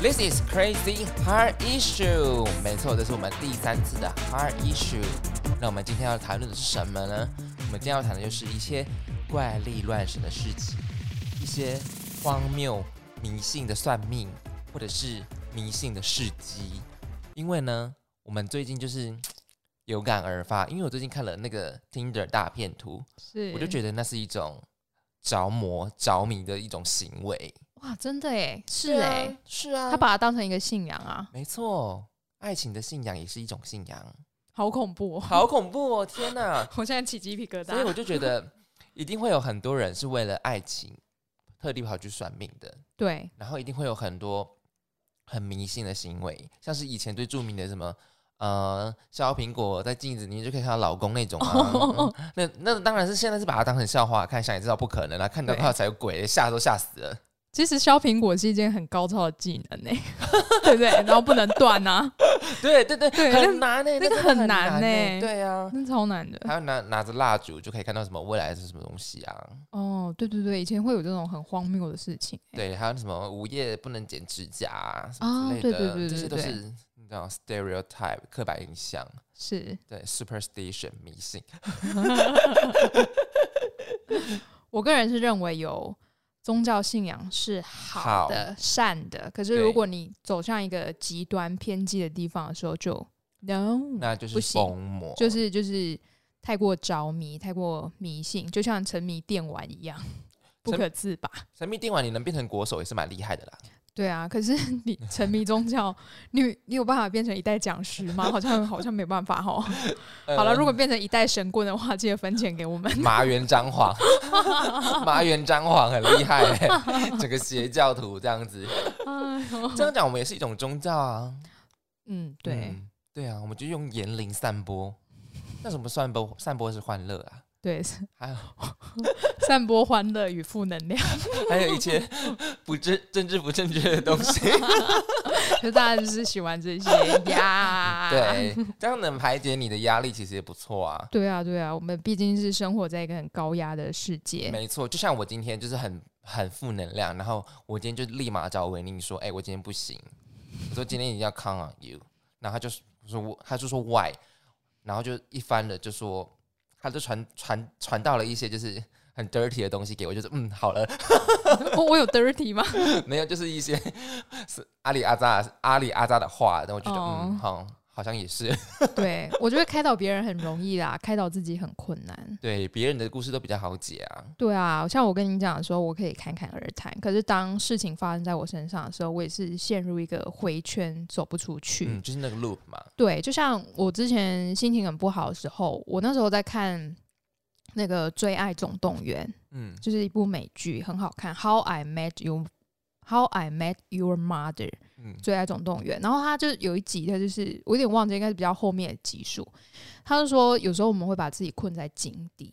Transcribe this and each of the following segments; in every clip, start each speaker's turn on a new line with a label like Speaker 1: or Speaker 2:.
Speaker 1: This is crazy hard issue。没错，这是我们第三次的 hard issue。那我们今天要谈论的是什么呢？我们今天要谈的就是一些怪力乱神的事情，一些荒谬、迷信的算命，或者是迷信的事迹。因为呢，我们最近就是有感而发，因为我最近看了那个 Tinder 大片图，
Speaker 2: 是，
Speaker 1: 我就觉得那是一种着魔、着迷的一种行为。
Speaker 2: 哇，真的哎，是
Speaker 1: 对啊
Speaker 2: 哎、，
Speaker 1: 是啊，
Speaker 2: 他把它当成一个信仰啊，
Speaker 1: 没错，爱情的信仰也是一种信仰，
Speaker 2: 好恐怖、哦！，
Speaker 1: 好恐怖哦！天哪
Speaker 2: 我现在起鸡皮疙
Speaker 1: 所以我就觉得一定会有很多人是为了爱情特地跑去算命的，
Speaker 2: 对，
Speaker 1: 然后一定会有很多很迷信的行为，像是以前最著名的什么。呃，削苹果在镜子里面就可以看到老公那种啊，
Speaker 2: 哦
Speaker 1: 嗯那那当然是现在是把它当成笑话看，想也知道不可能啊，看到
Speaker 2: 对
Speaker 1: 他才有鬼，吓都吓死了。
Speaker 2: 其实削苹果是一件很高超的技能呢、 对不对？然后不能断啊，
Speaker 1: 对对对，
Speaker 2: 对
Speaker 1: 很难呢、
Speaker 2: 那个
Speaker 1: 真的
Speaker 2: 很难
Speaker 1: 欸
Speaker 2: 欸
Speaker 1: 对啊，
Speaker 2: 那超难的。
Speaker 1: 还有拿拿着蜡烛就可以看到什么未来是什么东西啊？
Speaker 2: 哦，对对对，以前会有这种很荒谬的事情、欸。
Speaker 1: 对，还有什么午夜不能剪指甲啊什么之类的，
Speaker 2: 哦对对对对
Speaker 1: 这些都
Speaker 2: 对
Speaker 1: 是你知道 stereotype 刻板印象，
Speaker 2: 是
Speaker 1: 对 superstition 迷信。
Speaker 2: 嗯我个人是认为有宗教信仰是好的、善的，可是
Speaker 1: 对
Speaker 2: 如果你走向一个极端偏激的地方的时候就，no，
Speaker 1: 那就是
Speaker 2: 不行
Speaker 1: 疯魔，
Speaker 2: 就是就是太过着迷、太过迷信，就像沉迷电玩一样，不
Speaker 1: 沉
Speaker 2: 可自拔。
Speaker 1: 神秘电玩你能变成国手也是蛮厉害的啦。
Speaker 2: 对啊，可是你沉迷宗教，你你有办法变成一代讲师吗？好像好像没办法 哦。好了，
Speaker 1: 呃
Speaker 2: 如果变成一代神棍的话，记得分钱给 我们。
Speaker 1: 麻原彰 晃，麻原彰晃很厉害、欸，整个邪教徒这样子，
Speaker 2: 哎呦
Speaker 1: 这样讲我们也是一种宗教啊。
Speaker 2: 嗯，对、
Speaker 1: 嗯对啊，我们就用言灵散播，那什么散播散播是欢乐啊，
Speaker 2: 对，
Speaker 1: 还有。
Speaker 2: 散播欢乐与负能量，
Speaker 1: 还有一些不正政治不正确的东西，
Speaker 2: 就大家就是喜欢 这些呀。
Speaker 1: 对，啊这样能排解你的压力，其实也不错啊。
Speaker 2: 对啊，对啊，我们毕竟是生活在一个很高压的世界。
Speaker 1: 没错，就像我今天就是很很负能量，然后我今天就立马找维宁说：“哎、我今天不行，我说今天一定要 count on you。”然后他就说我，他就说 why，然后就一翻了，就说他就传传传到了一些就是很 dirty 的东西给我，就是嗯好了，
Speaker 2: 我、我有 dirty 吗？
Speaker 1: 没有就是一些 是阿里阿扎阿里阿扎的话，然后我就觉得、嗯
Speaker 2: 哦
Speaker 1: 好，好像也是。
Speaker 2: 对，我觉得开导别人很容易啦，开导自己很困难。
Speaker 1: 对别人的故事都比较好解啊。
Speaker 2: 对啊，像我跟你讲的时候，我可以侃侃而谈，可是当事情发生在我身上的时候，我也是陷入一个回圈，走不出去。
Speaker 1: 嗯，就是那个 loop 嘛。
Speaker 2: 对，就像我之前心情很不好的时候，我那时候在看那个《最爱总动员
Speaker 1: 嗯》，，
Speaker 2: 就是一部美剧，很好看，《How I Met You》。How I Met Your Mother，《
Speaker 1: 嗯
Speaker 2: 最爱总动员》，然后他就有一集，他就是我有点忘记，应该是比较后面的集数，他就说有时候我们会把自己困在井底，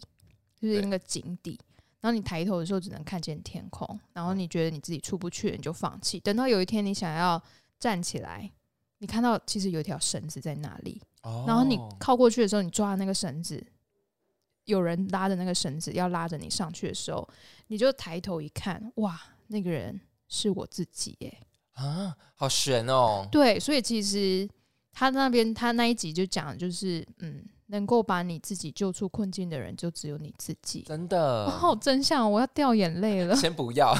Speaker 2: 就是
Speaker 1: 对
Speaker 2: 那个井底，然后你抬头的时候只能看见天空，然后你觉得你自己出不去了，你就放弃。等到有一天你想要站起来，你看到其实有一条绳子在那里，
Speaker 1: 哦
Speaker 2: 然后你靠过去的时候，你抓那个绳子，有人拉着那个绳子要拉着你上去的时候，你就抬头一看，哇，那个人是我自己耶、
Speaker 1: 啊，好悬哦。
Speaker 2: 对，所以其实他那边他那一集就讲，就是嗯，能够把你自己救出困境的人，就只有你自己。
Speaker 1: 真的，
Speaker 2: 哇，。好真相哦，我要掉眼泪了
Speaker 1: 先不要，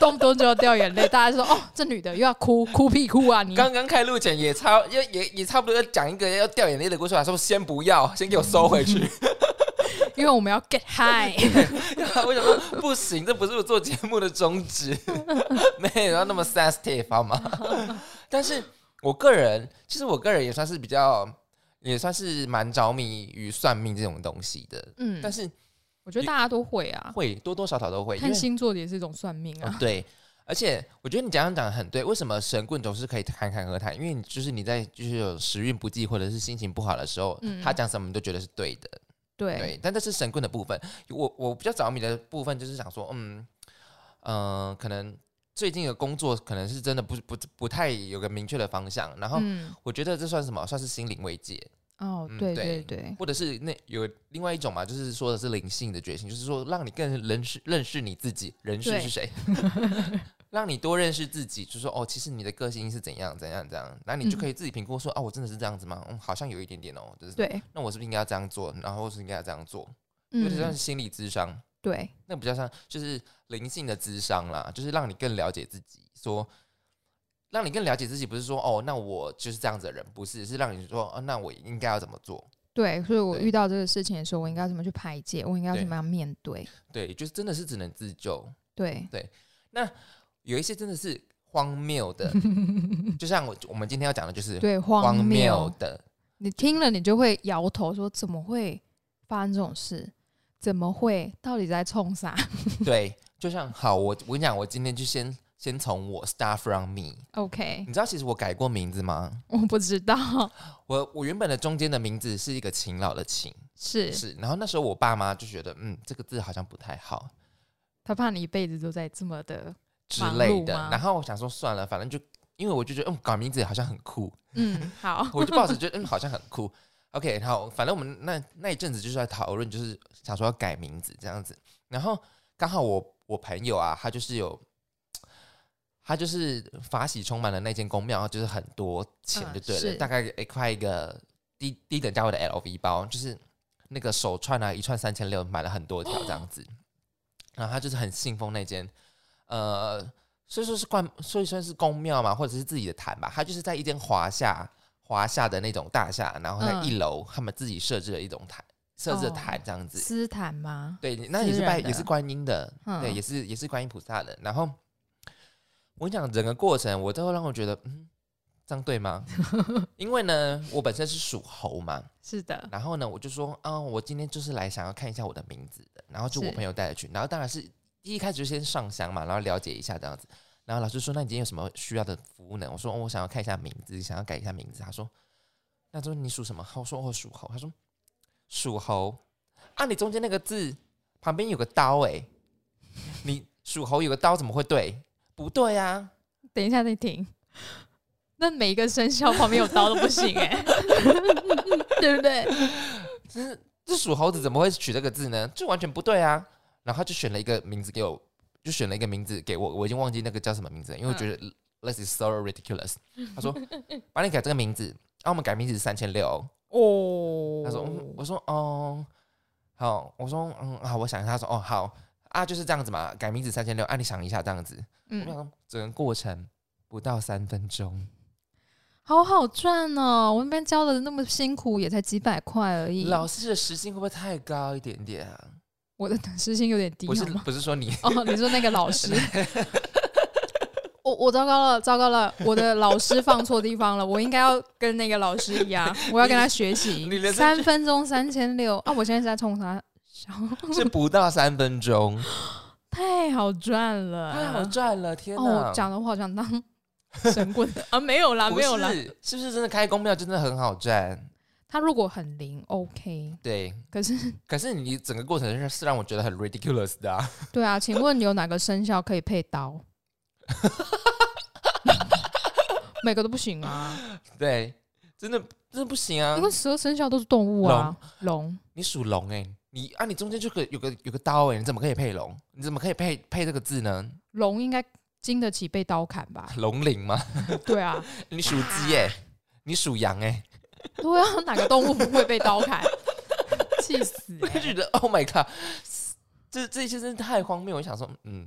Speaker 2: 动不动就要掉眼泪。大家说哦，这女的又要哭，哭屁哭啊你！
Speaker 1: 刚刚开录前也差也也也差不多要讲一个要掉眼泪的故事吧，说先不要，先给我收回去。
Speaker 2: 因为我们要 get high，
Speaker 1: 为什么不行？这不是我做节目的宗旨， 没有要那么 sensitive 好吗？ 但是我个人，其实我个人也算是比较，也算是蛮着迷于算命这种东西的。
Speaker 2: 嗯
Speaker 1: 但，是
Speaker 2: 我觉得大家都会啊，
Speaker 1: 会多多少少都会，因
Speaker 2: 看
Speaker 1: 为
Speaker 2: 星座的也是一种算命
Speaker 1: 哦
Speaker 2: 啊，，
Speaker 1: 对，而且我觉得你讲讲讲得很对。为什么神棍总是可以侃侃而谈？因为你就是你在就是有时运不济或者是心情不好的时候，
Speaker 2: 嗯
Speaker 1: 他讲什么你都觉得是对的。
Speaker 2: 对
Speaker 1: 对，但这是神棍的部分。我我比较着迷的部分就是想说，嗯嗯、呃可能最近的工作可能是真的不不不太有个明确的方向。然后
Speaker 2: 嗯，
Speaker 1: 我觉得这算什么？算是心灵慰藉。
Speaker 2: 哦
Speaker 1: 嗯，
Speaker 2: 对
Speaker 1: 对
Speaker 2: 对对，
Speaker 1: 或者是那有另外一种嘛，就是说的是灵性的觉醒，就是说让你更认识认识你自己，人是
Speaker 2: 对
Speaker 1: 是谁， 让你多认识自己，就说哦，其实你的个性是怎样怎样怎样，那你就可以自己评估说，哦，我真的是这样子吗？嗯，好像有一点点哦，就是
Speaker 2: 嗯对，
Speaker 1: 那我是不是应该要这样做？然后是应该要这样做，有点像
Speaker 2: 嗯
Speaker 1: 是，心理智商，
Speaker 2: 对，
Speaker 1: 那比较像就是灵性的智商啦，就是让你更了解自己，说让你更了解自己，不是说哦，那我就是这样子的人，不是，是让你说，哦，那我应该要怎么做？
Speaker 2: 对，所以我
Speaker 1: 对
Speaker 2: 遇到这个事情的时候，我应该怎么去排解？我应该要
Speaker 1: 对
Speaker 2: 怎么样面对？
Speaker 1: 对，就是真的是只能自救，
Speaker 2: 对，
Speaker 1: 有一些真的是荒谬 的，就像我我们今天要讲的就是
Speaker 2: 对，
Speaker 1: 荒
Speaker 2: 荒
Speaker 1: 谬的，
Speaker 2: 你听了你就会摇头说：“怎么会发生这种事？怎么会？到底在冲啥
Speaker 1: 对，就像好，我我跟你讲，我今天就先先从我 start from me，
Speaker 2: ？”OK，
Speaker 1: 你知道其实我改过名字吗？
Speaker 2: 我不知道，
Speaker 1: 我我原本的中间的名字是一个勤劳的勤，
Speaker 2: 是
Speaker 1: 是，然后那时候我爸妈就觉得，嗯，这个字好像不太好
Speaker 2: 他怕你一辈子都在这么的，
Speaker 1: 之
Speaker 2: 忙
Speaker 1: 类
Speaker 2: 碌
Speaker 1: 的
Speaker 2: 吗，
Speaker 1: 然后我想说算了，反正就因为我就觉得，嗯，改名字好像很酷，
Speaker 2: 嗯，好，
Speaker 1: 我就抱着觉得，嗯，好像很酷。OK，然后反正我们那那一阵子就是在讨论，就是想说要改名字这样子，然后刚好我我朋友啊，他就是有。他就是法喜充满了那间公庙，就是很多钱
Speaker 2: 嗯
Speaker 1: 就对了，
Speaker 2: 是
Speaker 1: 大概一块一个低低等价位的 LV 包，就是那个手串啊，一串三千六，买了很多条这样子。然后他就是很信奉那间，呃，所以说是关，所以算是公庙嘛，或者是自己的坛吧。他就是在一间华夏华夏的那种大厦，然后在
Speaker 2: 嗯
Speaker 1: 一楼、他们自己设置了一种坛，设置的坛这样子。
Speaker 2: 斯坦吗？
Speaker 1: 对，那也是
Speaker 2: 哦私
Speaker 1: 拜
Speaker 2: 人的
Speaker 1: 也是观音的，
Speaker 2: 嗯
Speaker 1: 对，也是也是观音菩萨的。然后我跟你讲整个过程，我都让我觉得，嗯，这样对 吗？因为呢，我本身是属猴嘛，
Speaker 2: 是的，
Speaker 1: 然后呢，我就说啊、我今天就是来想要看一下我的名字的，然后就我
Speaker 2: 是
Speaker 1: 朋友带了去，然后当然是一开始就先上香嘛，然后了解一下这样子。然后老师说：“那你今天有什么需要的服务呢？”我说：“哦、我想要看一下名字，想要改一下名字。”他说：“那他说你属什么？”我说：“我属猴。”他说：“属猴啊，你中间那个字旁边有个刀哎、你属猴有个刀怎么会对？不对啊，
Speaker 2: 等一下再听。那每一个生肖旁边有刀都不行哎、 对不对？
Speaker 1: 这属猴子怎么会取这个字呢？这完全不对啊！然后他就选了一个名字给我，就选了一个名字给我，我已经忘记那个叫什么名字了，因
Speaker 2: 嗯
Speaker 1: 为我觉得 this is so ridiculous。他说帮你改这个名字，啊，我们改名字是三千六。
Speaker 2: 哦
Speaker 1: 他说，嗯我说哦，好，我说嗯好，我想一下。他说哦好啊，就是这样子嘛，改名字三千六啊，你想一下这样子。我想
Speaker 2: 嗯，
Speaker 1: 说整个过程不到三分钟，
Speaker 2: 好好赚哦！我那边教的那么辛苦，也才几百块而已。
Speaker 1: 老师的时薪会不会太高一点点啊？
Speaker 2: 我的时薪有点低，
Speaker 1: 不是
Speaker 2: 好吗
Speaker 1: 不是说你
Speaker 2: 哦，你说那个老 师，我我糟糕了，糟糕了，我的老师放错地方了，我应该要跟那个老师一样，我要跟他学习
Speaker 1: 你人生。
Speaker 2: 三分钟三千六啊！我现在是在冲他笑，
Speaker 1: 是不到三分钟。
Speaker 2: 太好赚了，
Speaker 1: 太好赚了，天哪！
Speaker 2: 哦！讲的我好想当神棍 啊，没有啦，
Speaker 1: 不
Speaker 2: 没有啦。
Speaker 1: 是，是不是真的开公庙真的很好赚？
Speaker 2: 他如果很灵，OK，
Speaker 1: 对，
Speaker 2: 可是
Speaker 1: 可是你整个过程是让我觉得很 ridiculous 的、啊。
Speaker 2: 对啊，请问有哪个生肖可以配刀？ 每个都不行啊，
Speaker 1: 对，真的真的不行啊
Speaker 2: 因！为十二生肖都是动物啊，龙
Speaker 1: 你属龙哎、你啊，你中间就可有个有个刀哎、你怎么可以配龙？你怎么可以配配这个字呢？？
Speaker 2: 龙应该经得起被刀砍吧
Speaker 1: 龙鳞吗？
Speaker 2: 对啊，
Speaker 1: 你属鸡哎、你属羊哎、
Speaker 2: 对啊，哪个动物不会被刀砍？ 气死
Speaker 1: 我就
Speaker 2: 欸、
Speaker 1: 觉得 Oh my god，这这些真的太荒谬。我想说，嗯，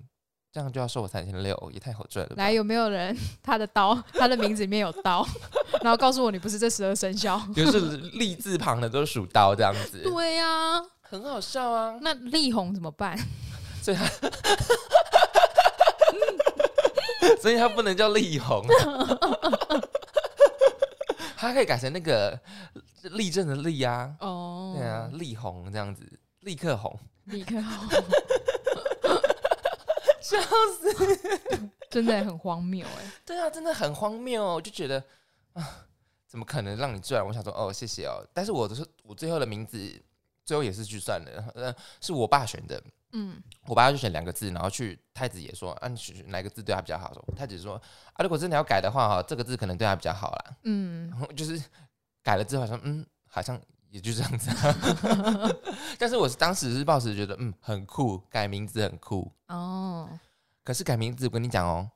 Speaker 1: 这样就要收我三千六，也太好赚了吧。
Speaker 2: 来，有没有人他的刀，他的名字里面有 刀，然后告诉我你不是这十二生肖？
Speaker 1: 就是立字旁的都是属刀这样子，
Speaker 2: 对呀、啊，
Speaker 1: 很好笑啊。
Speaker 2: 那力宏怎么办？
Speaker 1: 所以他， 所以他不能叫力宏、 啊，他可以改成那个立正的立啊，
Speaker 2: 哦，
Speaker 1: 对啊，，力宏这样子，立刻红。
Speaker 2: 立刻 笑死，真的很荒谬哎、
Speaker 1: 对啊，真的很荒谬、哦，我就觉得啊，怎么可能让你赚？我想说，哦，谢谢哦。但是我的是我最后的名字，最后也是去算的，呃，是我爸选的。
Speaker 2: 嗯，
Speaker 1: 我爸就选两个字，然后去太子爷说，啊，你选哪个字对他比较好？太子说，啊，如果真的要改的话，哈，这个字可能对他比较好啦。
Speaker 2: 嗯
Speaker 1: 然，后就是改了之后，好像嗯，好像也就这样子、啊 但是我是当时是抱持觉得嗯很酷，改名字很酷。
Speaker 2: 哦，
Speaker 1: 可是改名字，我跟你讲哦，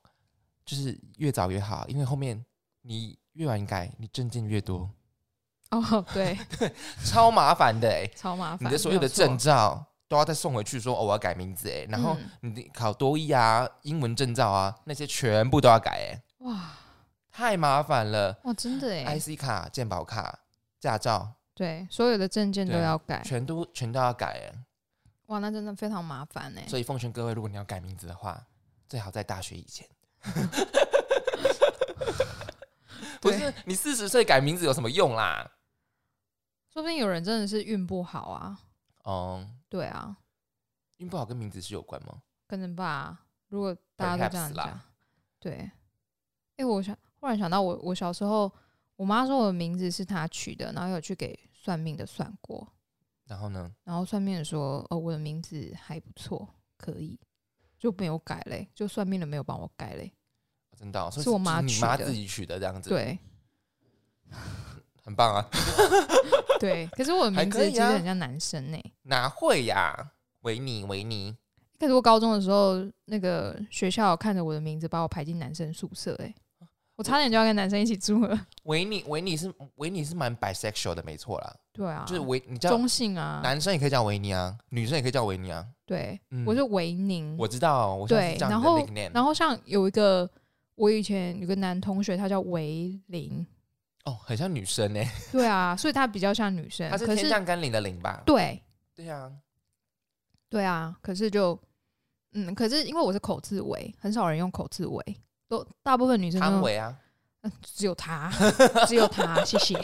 Speaker 1: 就是越早越好，因为后面你越晚改，你证件越多，
Speaker 2: 哦，对，
Speaker 1: 超麻烦的哎、
Speaker 2: 超麻烦。
Speaker 1: 你的所有
Speaker 2: 没
Speaker 1: 的
Speaker 2: 错
Speaker 1: 证照都要再送回去说，哦，我要改名字哎，然后
Speaker 2: 嗯
Speaker 1: 你的考多益啊、英文证照啊那些全部都要改哎，
Speaker 2: 哇
Speaker 1: 太麻烦了。
Speaker 2: 哇，真的哎，
Speaker 1: IC 卡、健保卡、驾照，
Speaker 2: 对，所有的证件都
Speaker 1: 对啊
Speaker 2: 要改，
Speaker 1: 全都全都要改哎。
Speaker 2: 哇，那真的非常麻烦哎。
Speaker 1: 所以奉劝各位，如果你要改名字的话，最好在大学以前。不是你四十岁改名字有什么用啦？
Speaker 2: 说不定有人真的是运不好啊，
Speaker 1: 嗯，
Speaker 2: 对啊，
Speaker 1: 运不好跟名字是有关吗？
Speaker 2: 可能吧。如果大家都这
Speaker 1: Perhaps
Speaker 2: 样
Speaker 1: 啦
Speaker 2: 讲，对。哎、我想忽然想到我，我小时候，我妈说我的名字是她取的，然后有去给算命的算过，
Speaker 1: 然后呢？
Speaker 2: 然后算命的说，哦，我的名字还不错，可以，就没有改嘞，就算命的没有帮我改嘞，
Speaker 1: 真的哦、所以
Speaker 2: 是我妈
Speaker 1: 就是你
Speaker 2: 取
Speaker 1: 妈
Speaker 2: 的
Speaker 1: 自己取的这样子，，
Speaker 2: 对
Speaker 1: 很棒啊！
Speaker 2: 对。可是我的
Speaker 1: 还
Speaker 2: 名
Speaker 1: 可
Speaker 2: 字
Speaker 1: 以
Speaker 2: 其实
Speaker 1: 啊
Speaker 2: 很像男生呢、欸
Speaker 1: 哪会呀？维尼，维尼，
Speaker 2: 可是我高中的时候，那个学校看着我的名字，把我排进男生宿舍、欸，我差点就要跟男生一起住了。
Speaker 1: 维尼，维尼是维尼是蛮 bisexual 的，没错啦，
Speaker 2: 对啊，
Speaker 1: 就是维你叫
Speaker 2: 中性啊，
Speaker 1: 男生也可以叫维尼啊，女生也可以叫维尼啊。
Speaker 2: 对，
Speaker 1: 嗯
Speaker 2: 我是维宁。
Speaker 1: 我知道，我
Speaker 2: 对，
Speaker 1: 这样
Speaker 2: 然
Speaker 1: 你的
Speaker 2: 后
Speaker 1: nickname。
Speaker 2: 然后像有一个，我以前有个男同学，他叫维林，
Speaker 1: 哦，很像女生呢、
Speaker 2: 对啊，所以他比较像女生，
Speaker 1: 她是
Speaker 2: 嗯可
Speaker 1: 天
Speaker 2: 是
Speaker 1: 降甘霖的霖吧？
Speaker 2: 对
Speaker 1: 对啊，
Speaker 2: 对啊，可是就嗯，可是因为我是口字尾，很少人用口字尾，都大部分女生都
Speaker 1: 汤
Speaker 2: 用
Speaker 1: 唯啊，
Speaker 2: 只有他，只有他，谢谢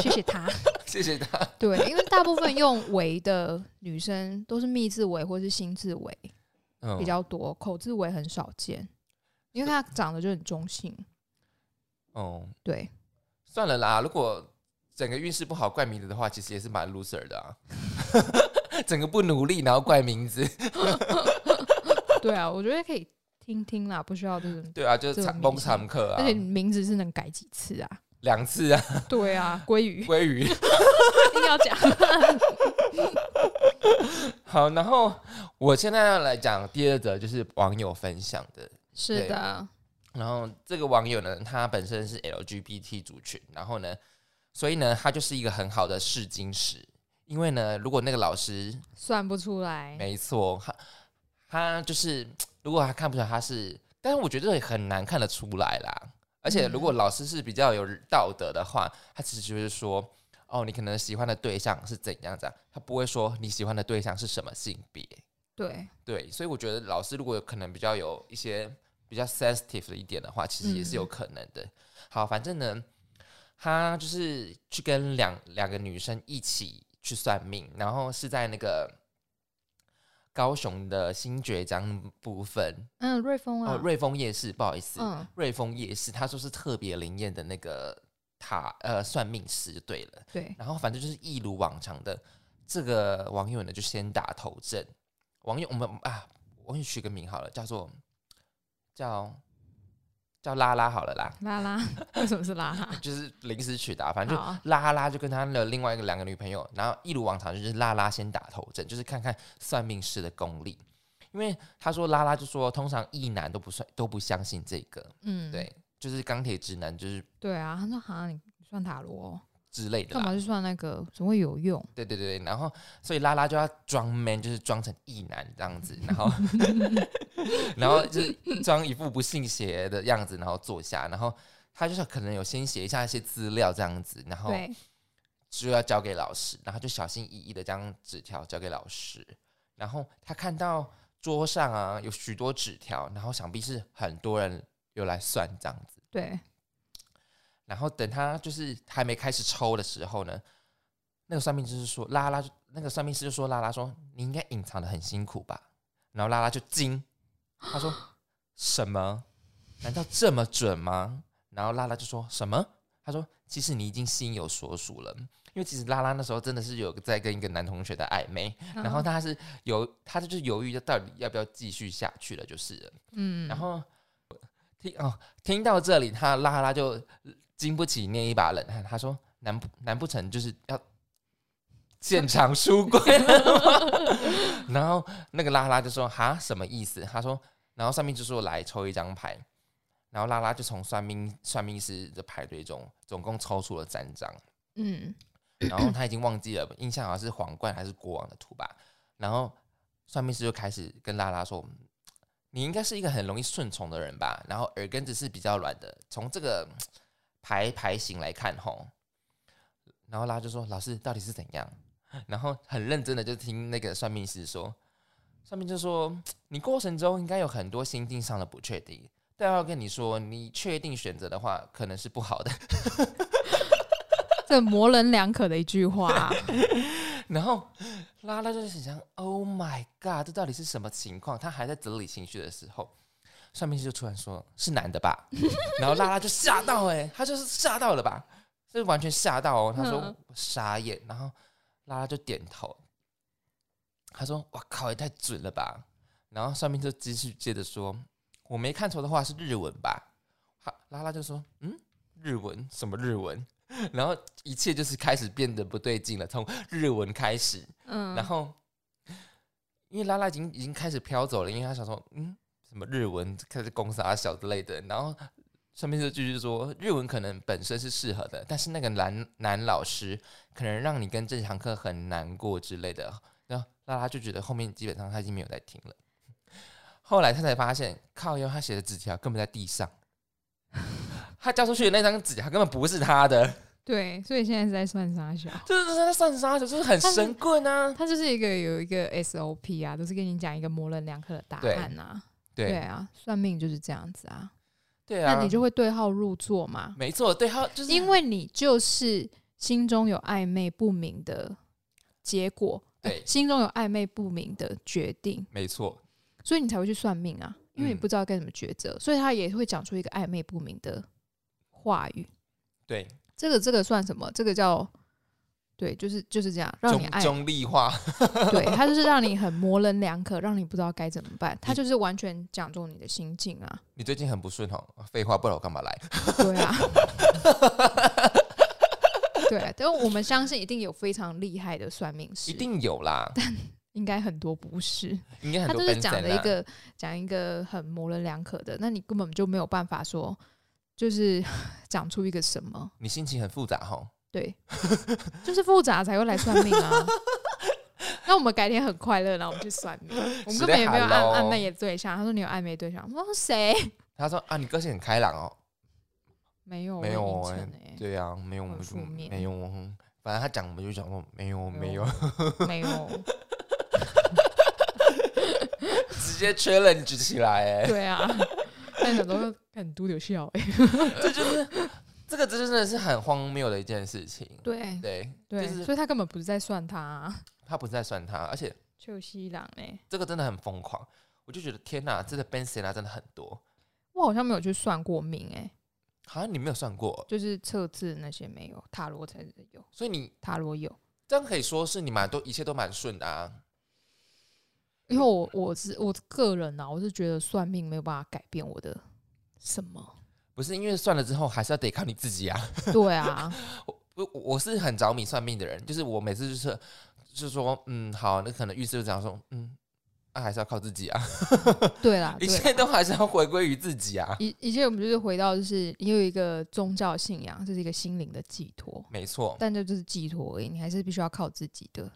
Speaker 2: 谢谢他。
Speaker 1: 谢谢他。
Speaker 2: 对，因为大部分用“为”的女生都是密字尾或是心字尾
Speaker 1: 嗯
Speaker 2: 比较多，口字尾很少见，因为她长得就很中性。
Speaker 1: 哦，
Speaker 2: 对，
Speaker 1: 算了啦，如果整个运势不好怪名字的话，其实也是蛮 loser 的啊。 整个不努力，然后怪名字，
Speaker 2: 对啊，我觉得可以听听啦，不需要这种。
Speaker 1: 对啊，就是
Speaker 2: 这
Speaker 1: 惨
Speaker 2: 种
Speaker 1: 崩
Speaker 2: 迷信
Speaker 1: 惨客啊
Speaker 2: 而，且名字是能改几次啊？
Speaker 1: 两次啊，
Speaker 2: 对啊，鲑鱼
Speaker 1: 鲑鱼。
Speaker 2: 一定要 讲。
Speaker 1: 好，然后我现在要来讲第二则，就是网友分享的。
Speaker 2: 是的，
Speaker 1: 然后这个网友呢，他本身是 LGBT 族群，然后呢，所以呢，他就是一个很好的试金石。因为呢，如果那个老师
Speaker 2: 算不出来。
Speaker 1: 没错，他他就是如果他看不出来他是，但是我觉得也很难看得出来啦。而且如果老师是比较有道德的话，他其实就是说，哦，你可能喜欢的对象是怎样怎样，他不会说你喜欢的对象是什么性别。
Speaker 2: 对，
Speaker 1: 对，所以我觉得老师如果有可能比较有一些比较 sensitive 的一点的话，其实也是有
Speaker 2: 嗯
Speaker 1: 可能的。好，反正呢，他就是去跟两两个女生一起去算命，然后是在那个高雄的新爵江部分
Speaker 2: 嗯，瑞丰
Speaker 1: 哦，
Speaker 2: 啊，
Speaker 1: 瑞丰夜市，不好意思，
Speaker 2: 嗯，
Speaker 1: 瑞丰夜市，他说是特别灵验的那个塔呃算命师，对了。
Speaker 2: 对，
Speaker 1: 然后反正就是一如往常的，这个网友呢就先打头阵。网友我们啊，网友取个名好了，叫做叫叫拉拉好了啦，
Speaker 2: 拉拉，为什么是拉拉？
Speaker 1: 就是临时取的啊、反正就
Speaker 2: 好，
Speaker 1: 拉拉就跟他的另外一个两个女朋友，然后一如往常就是拉拉先打头阵，就是看看算命师的功力。因为他说拉拉就说，通常异男都不算都不相信这个，
Speaker 2: 嗯，
Speaker 1: 对，就是钢铁直男就是
Speaker 2: 对啊，他说哈，你算塔罗哦，
Speaker 1: 之类的啦
Speaker 2: 干。嘛去算那个？怎么会有用？
Speaker 1: 对对对，对然后所以拉拉就要装 man，就是装成异男这样子，然后然后就是装一副不信邪的样子，然后坐下，然后他就是可能有先写一下一些资料这样子，然后
Speaker 2: 对，
Speaker 1: 就要交给老师，然后就小心翼翼的将纸条交给老师，然后他看到桌上啊有许多纸条，然后想必是很多人有来算这样子。
Speaker 2: 对，
Speaker 1: 然后等他就是还没开始抽的时候呢，那个算命就是说拉拉就，那个算命师就说拉拉说你应该隐藏的很辛苦吧，然后拉拉就惊，他说什么？难道这么准吗？然后拉拉就说什么？他说其实你已经心有所属了，因为其实拉拉那时候真的是有在跟一个男同学的暧昧， 然
Speaker 2: 嗯
Speaker 1: 后他是犹，他就是犹豫到底要不要继续下去了，就是了。
Speaker 2: 嗯，
Speaker 1: 然后听哦，听到这里，他拉拉就经不起捏一把冷汗，他说：“难不难不成就是要现场出柜了吗？” 然后那个拉拉就说：“哈，什么意思？”他说，然后上面就说：“来抽一张牌。”然后拉拉就从算命算命师的排队中，总共抽出了三张，
Speaker 2: 嗯，
Speaker 1: 然后他已经忘记了，印象好像是皇冠还是国王的图吧。然后算命师就开始跟拉拉说：“嗯你应该是一个很容易顺从的人吧？然后耳根子是比较软的，从这个嗯牌牌型来看，吼。”然后拉拉就说：“老师到底是怎样？” 然后很认真的就听那个算命师说，算命就说：“嗯你过程中应该有很多心境上的不确定，但要跟你说，你确定选择的话，可能是不好的。”
Speaker 2: 这模棱两可的一句话、
Speaker 1: 然后拉拉就是很想，Oh my God，这到底是什么情况？他还在整理情绪的时候，算命师就突然说：“是男的吧？” 然后拉拉就吓到、欸，哎，他就是吓到了吧，是完全吓到哦。他说
Speaker 2: 嗯
Speaker 1: 傻眼，然后拉拉就点头，他说：“哇靠，也太准了吧！”然后算命就继续接着说：“我没看错的话是日文吧？”哈拉拉就说：“嗯，日文什么日文？” 然后一切就是开始变得不对劲了，从日文开始，
Speaker 2: 嗯，
Speaker 1: 然后因为拉拉已经已经开始飘走了，因为他想说，嗯，什么日文开始攻杀小之类的，然后上面就继续说，日文可能本身是适合的，但是那个男男老师可能让你跟这堂课很难过之类的，然后拉拉就觉得后面基本上他已经没有在听了。后来他才发现，靠腰他写的纸条根本在地上，他交出去的那张纸条根本不是他的，
Speaker 2: 对，所以现在是在算啥小？
Speaker 1: 就是他在算杀手，就是很
Speaker 2: 他是
Speaker 1: 神棍啊。
Speaker 2: 他就是一个有一个 SOP 啊，都是跟你讲一个模棱两可的答
Speaker 1: 对
Speaker 2: 案啊。对
Speaker 1: 对
Speaker 2: 啊，算命就是这样子啊。
Speaker 1: 对啊，
Speaker 2: 那你就会对号入座嘛，
Speaker 1: 没错，对他就是
Speaker 2: 因为你就是心中有暧昧不明的结果，
Speaker 1: 对
Speaker 2: 呃心中有暧昧不明的决定，
Speaker 1: 没错，
Speaker 2: 所以你才会去算命啊，因为你
Speaker 1: 嗯
Speaker 2: 不知道该怎么抉择，所以他也会讲出一个暧昧不明的话语。
Speaker 1: 对
Speaker 2: 这个这个算什么？这个叫对，就是就是这样，让你
Speaker 1: 中
Speaker 2: 爱
Speaker 1: 中立化，
Speaker 2: 对他就是让你很模棱两可，让你不知道该怎么办。他就是完全讲中你的心境啊，
Speaker 1: 你最近很不顺哦，废话，不然我干嘛来？
Speaker 2: 对啊，对。啊但我们相信一定有非常厉害的算命师，
Speaker 1: 一定有啦，
Speaker 2: 应该很多不是，
Speaker 1: 应该很
Speaker 2: 他
Speaker 1: 多
Speaker 2: 就
Speaker 1: b
Speaker 2: 是
Speaker 1: e
Speaker 2: 讲
Speaker 1: n
Speaker 2: 了一个讲一个很模棱两可的，那你根本就没有办法说，就是 讲出一个什么。
Speaker 1: 你心情很复杂吼，
Speaker 2: 对， 就是复杂才会来算命啊。 那我们改天很快乐，然后我们去算命。我们根本也没有
Speaker 1: 实在
Speaker 2: 暧
Speaker 1: hello
Speaker 2: 暧昧的对象。他说你有暧昧对象，我说谁？
Speaker 1: 他说啊，你个性很开朗哦，
Speaker 2: 没有，
Speaker 1: 没有
Speaker 2: 我
Speaker 1: 哎
Speaker 2: 很阴沉欸
Speaker 1: 对啊，没有我们就
Speaker 2: 很负面
Speaker 1: 没有，反正他讲我们就讲说没有没有，
Speaker 2: 没有。
Speaker 1: 直接 challenge 起来哎，
Speaker 2: 对 啊，但很多很多有笑哎。
Speaker 1: 这就是这个真的是很荒谬的一件事情，
Speaker 2: 对
Speaker 1: 对，
Speaker 2: 对，
Speaker 1: 就是
Speaker 2: 所以他根本不是在算他、啊，
Speaker 1: 他不是在算他，而且
Speaker 2: 秋西郎哎、
Speaker 1: 这个真的很疯狂，我就觉得天哪，真的 Ben s e n a 真的很多，
Speaker 2: 我好像没有去算过命哎、
Speaker 1: 好像你没有算过，
Speaker 2: 就是测字那些没有，塔罗才是有，
Speaker 1: 所以你
Speaker 2: 塔罗有。
Speaker 1: 这样可以说是你蛮多一切都蛮顺的啊。
Speaker 2: 因为我我是我个人啊，我是觉得算命没有办法改变我的什么，
Speaker 1: 不是因为算了之后，还是要得靠你自己啊。
Speaker 2: 对啊，
Speaker 1: 我我我是很着迷算命的人，就是我每次就是就是说，嗯，好，那可能预示就这样说，嗯，那、还是要靠自己啊，
Speaker 2: 对啦，
Speaker 1: 一
Speaker 2: 啊对啦
Speaker 1: 切都还是要回归于自己啊。
Speaker 2: 一一切我们就是回到就是你有一个宗教信仰，这是一个心灵的寄托，
Speaker 1: 没错，
Speaker 2: 但这就是寄托而已，你还是必须要靠自己的，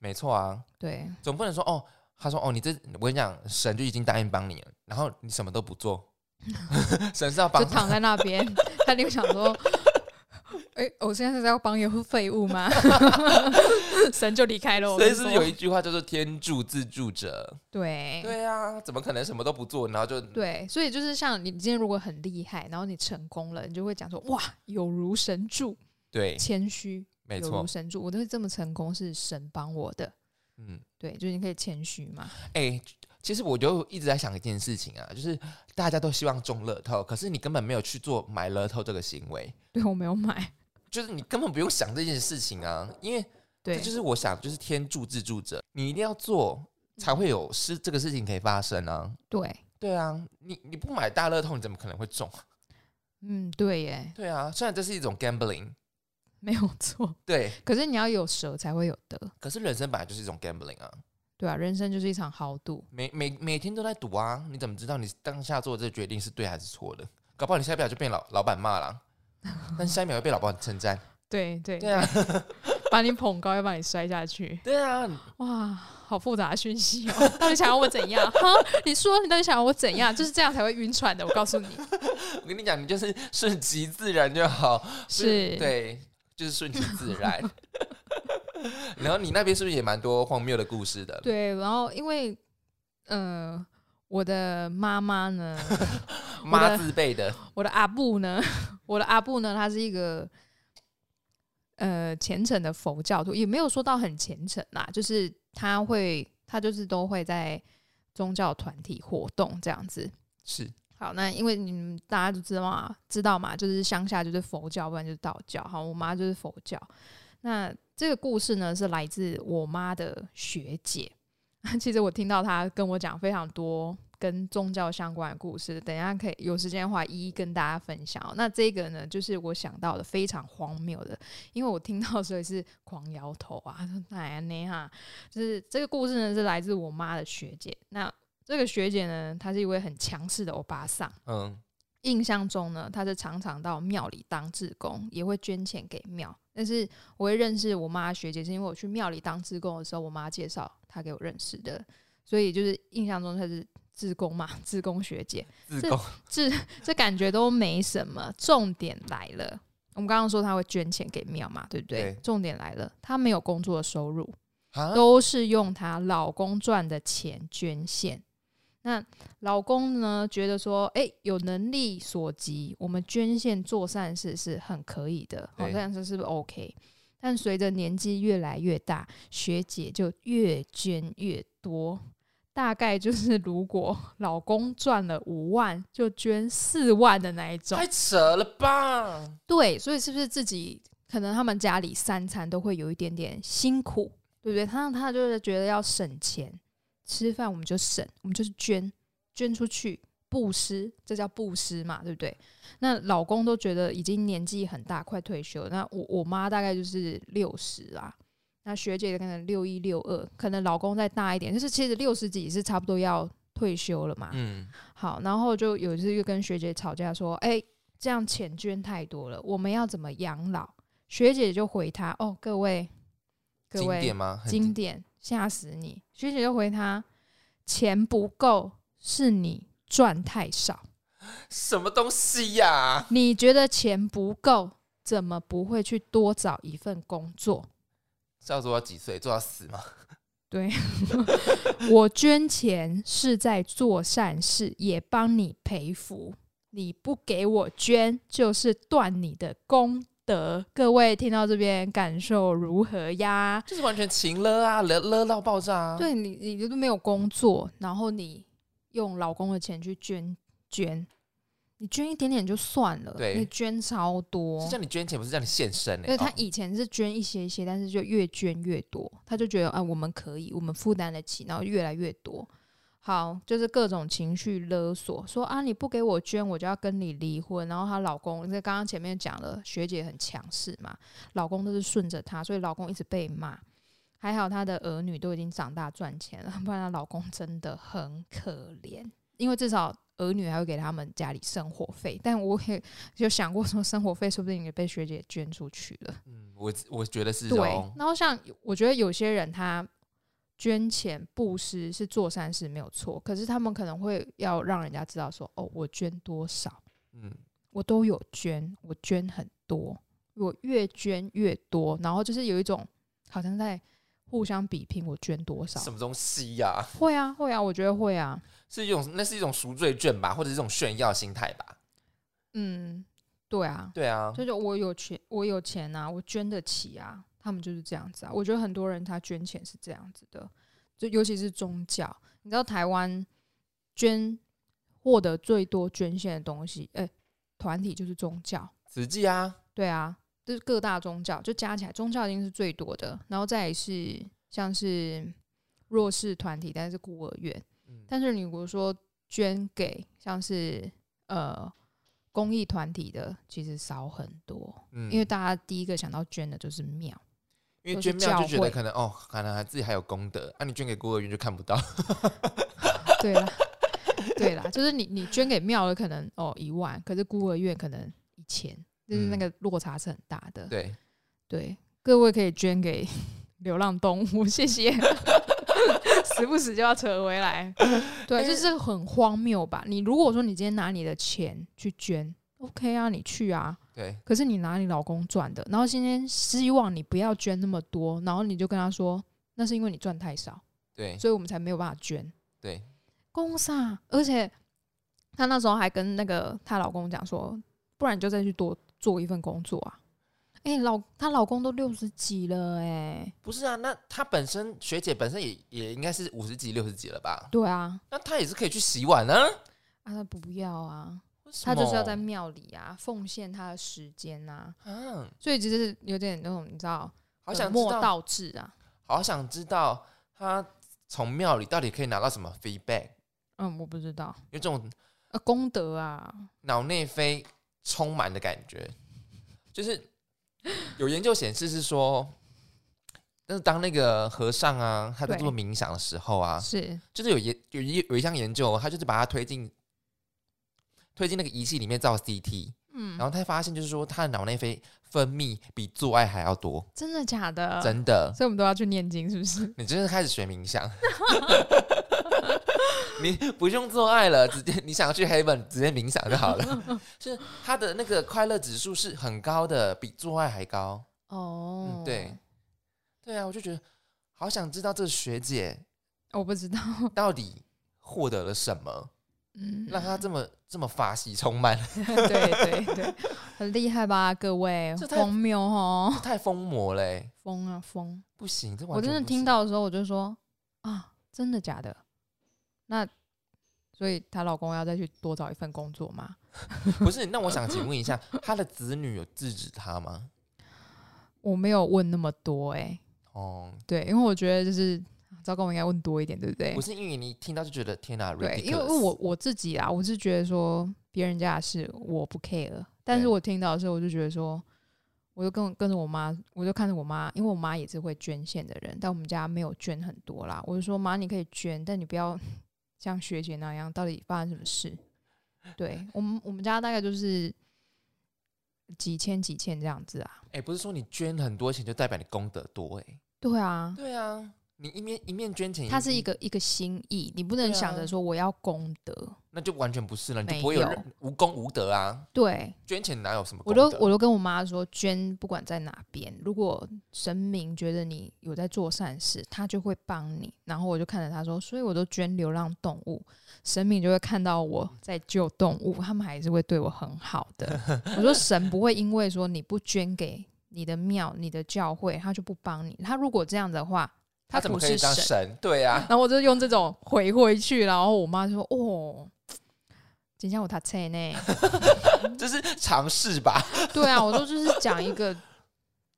Speaker 1: 没错啊，
Speaker 2: 对
Speaker 1: 总不能说哦，他说哦，你这我跟你讲，神就已经答应帮你了，然后你什么都不做， 神是要帮
Speaker 2: 就 躺在那边，他就想 说，哎、我现在是要帮一个废 物吗？神就离开了，
Speaker 1: 所
Speaker 2: 我跟
Speaker 1: 以
Speaker 2: 你
Speaker 1: 是
Speaker 2: 说
Speaker 1: 有一句话叫做“天助自助者”，
Speaker 2: 对
Speaker 1: 对啊，怎么可能什么都不做，然后就
Speaker 2: 对，所以就是像你今天如果很厉害，然后你成功了，你就会讲说哇，有如神助，
Speaker 1: 对，
Speaker 2: 谦虚，
Speaker 1: 没
Speaker 2: 有
Speaker 1: 错
Speaker 2: 如，神助，我都是这么成功，是神帮我的。
Speaker 1: 嗯。
Speaker 2: 对，就是你可以谦虚嘛。
Speaker 1: 哎、其实我就一直在想一件事情啊，就是大家都希望中乐透，可是你根本没有去做买乐透这个行为，
Speaker 2: 对我没有买，
Speaker 1: 就是你根本不用想这件事情啊，因为这
Speaker 2: 对，
Speaker 1: 就是我想，就是天助自助者，你一定要做才会有事这个事情可以发生啊。
Speaker 2: 对，
Speaker 1: 对啊，你你不买大乐透，你怎么可能会中？啊
Speaker 2: 嗯，对耶，
Speaker 1: 对啊，虽然这是一种 gambling，
Speaker 2: 没有错。
Speaker 1: 对，
Speaker 2: 可是你要有舍才会有得，
Speaker 1: 可是人生本来就是一种 gambling 啊，
Speaker 2: 对啊，人生就是一场豪赌。
Speaker 1: 每每每天都在赌啊，你怎么知道你当下做的这个决定是对还是错的？搞不好你下一秒就被老老板骂了，但下一秒又被老板称赞。
Speaker 2: 对对，
Speaker 1: 对啊，
Speaker 2: 把你捧高，又把你摔下去，
Speaker 1: 对啊，
Speaker 2: 哇，好复杂的讯息哦！到底想要我怎样？ 哈，你说你到底想要我怎样？就是这样才会晕船的，我告诉你，
Speaker 1: 我跟你讲，你就是顺其自然就好，不
Speaker 2: 是，
Speaker 1: 对，就是顺其自然。 然后你那边是不是也蛮多荒谬的故事的？
Speaker 2: 对，然后因为，呃，我的妈妈呢，我
Speaker 1: 妈
Speaker 2: 的
Speaker 1: 字辈的，
Speaker 2: 我的阿布呢， 我的阿布呢，他是一个呃虔诚的佛教徒，也没有说到很虔诚啦，就是他会，他就是都会在宗教团体活动这样子。
Speaker 1: 是
Speaker 2: 好，那因为你们大家都知道嘛，知道嘛，就是乡下就是佛教，不然就是道教。好，我妈就是佛教。那这个故事呢，是来自我妈的学姐。 其实我听到她跟我讲非常多跟宗教相关的故事，等一下可以有时间的话一一跟大家分享哦、那这个呢，就是我想到的非常荒谬的，因为我听到的时候也是狂摇头啊，说哪呢哈，就是这个故事呢是来自我妈的学姐。那这个学姐呢，她是一位很强势的欧巴桑。
Speaker 1: 嗯，
Speaker 2: 印象中呢，她是常常到庙里当志工，也会捐钱给庙。但是我会认识我妈学姐，是因为我去庙里当志工的时候，我妈介绍她给我认识的，所以就是印象中她是志工嘛，志工学姐，
Speaker 1: 自
Speaker 2: 这
Speaker 1: 贡
Speaker 2: 这这感觉都没什么。重点来了，我们刚刚说她会捐钱给庙嘛，对不对？
Speaker 1: 对
Speaker 2: 重点来了，她没有工作的收入，
Speaker 1: 啊，
Speaker 2: 都是用她老公赚的钱捐献。那老公呢，觉得说，诶，有能力所及，我们捐献做善事是很可以的，好、
Speaker 1: 对
Speaker 2: 这样子是不是 OK？但随着年纪越来越大，学姐就越捐越多，大概就是如果老公赚了五万，就捐四万的那一种
Speaker 1: 太。扯了吧？
Speaker 2: 对，所以是不是自己可能他们家里三餐都会有一点点辛苦，对不对？他他就是觉得要省钱，吃饭我们就省，我们就是捐捐出去布施，这叫布施嘛，对不对？那老公都觉得已经年纪很大，快退休了，那我我妈大概就是六十啦。那学姐可能六一六二，可能老公再大一点，就是其实六十几是差不多要退休了嘛。
Speaker 1: 嗯，
Speaker 2: 好，然后就有一次又跟学姐吵架说，哎、这样钱捐太多了，我们要怎么养老？学姐就回他，哦，各位，各
Speaker 1: 经典
Speaker 2: 位，
Speaker 1: 吗？很
Speaker 2: 经典吓死你！学姐就回他，钱不够是你赚太少，
Speaker 1: 什么东西呀、
Speaker 2: 你觉得钱不够，怎么不会去多找一份工作？
Speaker 1: 叫做我几岁做到死吗？
Speaker 2: 对，我捐钱是在做善事，也帮你培福。你不给我捐，就是断你的功德。各位听到这边感受如何呀？
Speaker 1: 就是完全情了啊，了了到爆炸啊！，
Speaker 2: 对你，你都没有工作，然后你用老公的钱去捐捐，你捐一点点就算了，
Speaker 1: 对
Speaker 2: 你捐超多
Speaker 1: 是。叫你捐钱，不是叫你献身呢、
Speaker 2: 因为他
Speaker 1: 哦
Speaker 2: 以前是捐一些一些，但是就越捐越多，他就觉得啊，我们可以，我们负担得起，然后越来越多。好，就是各种情绪勒索，说啊你不给我捐，我就要跟你离婚。然后她老公，因为刚刚前面讲了，学姐很强势嘛，老公都是顺着她，所以老公一直被骂。还好她的儿女都已经长大赚钱了，不然她老公真的很可怜。因为至少儿女还会给他们家里生活费，但我也就想过说，生活费说不定也被学姐捐出去了。
Speaker 1: 嗯，我我觉得是
Speaker 2: 对
Speaker 1: 哦，，
Speaker 2: 然后像我觉得有些人他捐钱布施是做善事没有错，可是他们可能会要让人家知道说，哦，我捐多少，
Speaker 1: 嗯，
Speaker 2: 我都有捐，我捐很多，我越捐越多，然后就是有一种好像在互相比拼，我捐多少。
Speaker 1: 什么东西呀、
Speaker 2: 会啊，会啊，我觉得会啊，
Speaker 1: 是一种那是一种赎罪券吧，或者是一种炫耀心态吧？
Speaker 2: 嗯，对啊，
Speaker 1: 对啊，
Speaker 2: 就是我有钱，我有钱啊，我捐得起啊。他们就是这样子啊。我觉得很多人他捐钱是这样子的，就尤其是宗教。你知道台湾捐获得最多捐献的东西，呃，团体就是宗教。
Speaker 1: 慈济啊，
Speaker 2: 对啊，就是各大宗教，就加起来宗教一定是最多的，然后再来是像是弱势团体，但是孤儿院。
Speaker 1: 嗯，
Speaker 2: 但是你如果说捐给像是呃公益团体的，其实少很多。
Speaker 1: 嗯
Speaker 2: 因为大家第一个想到捐的就是庙，
Speaker 1: 因为
Speaker 2: 都
Speaker 1: 捐
Speaker 2: 是
Speaker 1: 庙就
Speaker 2: 教
Speaker 1: 觉得
Speaker 2: 会
Speaker 1: 可能 哦，可能还自己还有功德，啊，你捐给孤儿院就看不到，
Speaker 2: 对啦，对啦，就是你你捐给庙了，可能哦一万，可是孤儿院可能一千，就是那
Speaker 1: 嗯
Speaker 2: 个落差是很大的。
Speaker 1: 对，
Speaker 2: 对，各位可以捐给 流浪动物，谢谢。 时不时就要扯回来，
Speaker 1: 哎
Speaker 2: 对，啊就是很荒谬吧？你如果说你今天拿你的钱去捐，OK 啊，你去啊，
Speaker 1: 对，
Speaker 2: 可是你拿你老公赚的，然后今天希望你不要捐那么多，然后你就跟他说，那是因为你赚太少，
Speaker 1: 对，
Speaker 2: 所以我们才没有办法捐。
Speaker 1: 对，
Speaker 2: 公傻，而且她那时候还跟那个她老公讲说，不然你就再去多做一份工作啊。哎、老她老公都六十几了、哎，
Speaker 1: 不是啊，那她本身学姐本身也也应该是五十几、六十几了吧？
Speaker 2: 对啊，
Speaker 1: 那她也是可以去洗碗啊，
Speaker 2: 啊，她不要啊，
Speaker 1: 为什
Speaker 2: 她就是要在
Speaker 1: 么
Speaker 2: 庙里啊，奉献她的时间啊，
Speaker 1: 啊，
Speaker 2: 所以其实有点那种你知道，
Speaker 1: 好想
Speaker 2: 本
Speaker 1: 知
Speaker 2: 末
Speaker 1: 道，
Speaker 2: 倒置啊。
Speaker 1: 好想知道她从庙里到底可以拿到什么 feedback，
Speaker 2: 嗯，我不知道，
Speaker 1: 有种
Speaker 2: 呃，功德啊，
Speaker 1: 脑内啡充满的感觉，就是有研究显示是说。但是当那个和尚啊，他在
Speaker 2: 对
Speaker 1: 做冥想的时候啊，
Speaker 2: 是
Speaker 1: 就是有研有一有一项研究，他就是把它推进推进那个仪器里面照 CT，
Speaker 2: 嗯
Speaker 1: 然，后他发现就是说他的脑内啡分泌比做爱还要多，
Speaker 2: 真的假的？
Speaker 1: 真的，
Speaker 2: 所以我们都要去念经，是不是？
Speaker 1: 你真的开始学冥想， 你不用做爱了，直接你想去 heaven 直接冥想就好 了，就是他的那个快乐指数是很高的，比做爱还高，
Speaker 2: 哦、
Speaker 1: 嗯，对，，对啊，我就觉得好想知道这个学姐
Speaker 2: 哦我不知道，
Speaker 1: 到底获得了什么。
Speaker 2: 嗯，
Speaker 1: 让他这么这么发喜充满，
Speaker 2: 对对对，很厉害吧，各位
Speaker 1: 这？太
Speaker 2: 荒谬哦，
Speaker 1: 太疯魔嘞、欸
Speaker 2: 疯啊疯！
Speaker 1: 不行，这完
Speaker 2: 我真的
Speaker 1: 全不行
Speaker 2: 听，到的时候，我就说啊，真的假的？那所以她老公要再去多找一份工作吗？
Speaker 1: 不是？那我想请问一下，他的子女有制止他吗？
Speaker 2: 我没有问那么多哎、
Speaker 1: 哦，
Speaker 2: 对，因为我觉得就是啊糟糕，我应该问多一点，对不对
Speaker 1: 不？是，因为你一听到就觉得天哪、
Speaker 2: 对，
Speaker 1: ridiculous
Speaker 2: 因为我我自己啊，我是觉得说别人家的事我不 care，但是
Speaker 1: 对
Speaker 2: 我听到的时候，我就觉得说，我就跟我跟着我妈，我就看着我妈，因为我妈也是会捐献的人，但我们家没有捐很多啦。我就说妈，你可以捐，但你不要像学姐那样，到底发生什 么事？对我们我们家大概就是几千几千这样子啊。
Speaker 1: 哎、不是说你捐很多钱就代表你功德多哎、
Speaker 2: 对啊，
Speaker 1: 对啊，你一面一面捐钱，
Speaker 2: 它是一个一个心意，你不能
Speaker 1: 对啊
Speaker 2: 想着说我要功德。
Speaker 1: 那就完全不是了，你就
Speaker 2: 没
Speaker 1: 不会有
Speaker 2: 有
Speaker 1: 任无功无德啊。
Speaker 2: 对，
Speaker 1: 捐钱哪有什么
Speaker 2: 我
Speaker 1: 功德？
Speaker 2: 都我都跟我妈说，捐不管在哪边，如果神明觉得你有在做善事，他就会帮你。然后我就看着他说，所以我都捐流浪动物，神明就会看到我
Speaker 1: 嗯
Speaker 2: 在救动物，他们还是会对我很好的。我说神不会因为说你不捐给你的庙、你的教会，他就不帮你。他如果这样的话，
Speaker 1: 他怎么
Speaker 2: 不
Speaker 1: 可以
Speaker 2: 是
Speaker 1: 当
Speaker 2: 神。
Speaker 1: 神？对 啊，
Speaker 2: 然后我就用这种回回去，然后我妈就说：“哦，今天我他菜呢。”
Speaker 1: 这是尝试吧？
Speaker 2: 对啊，我都就是讲一个，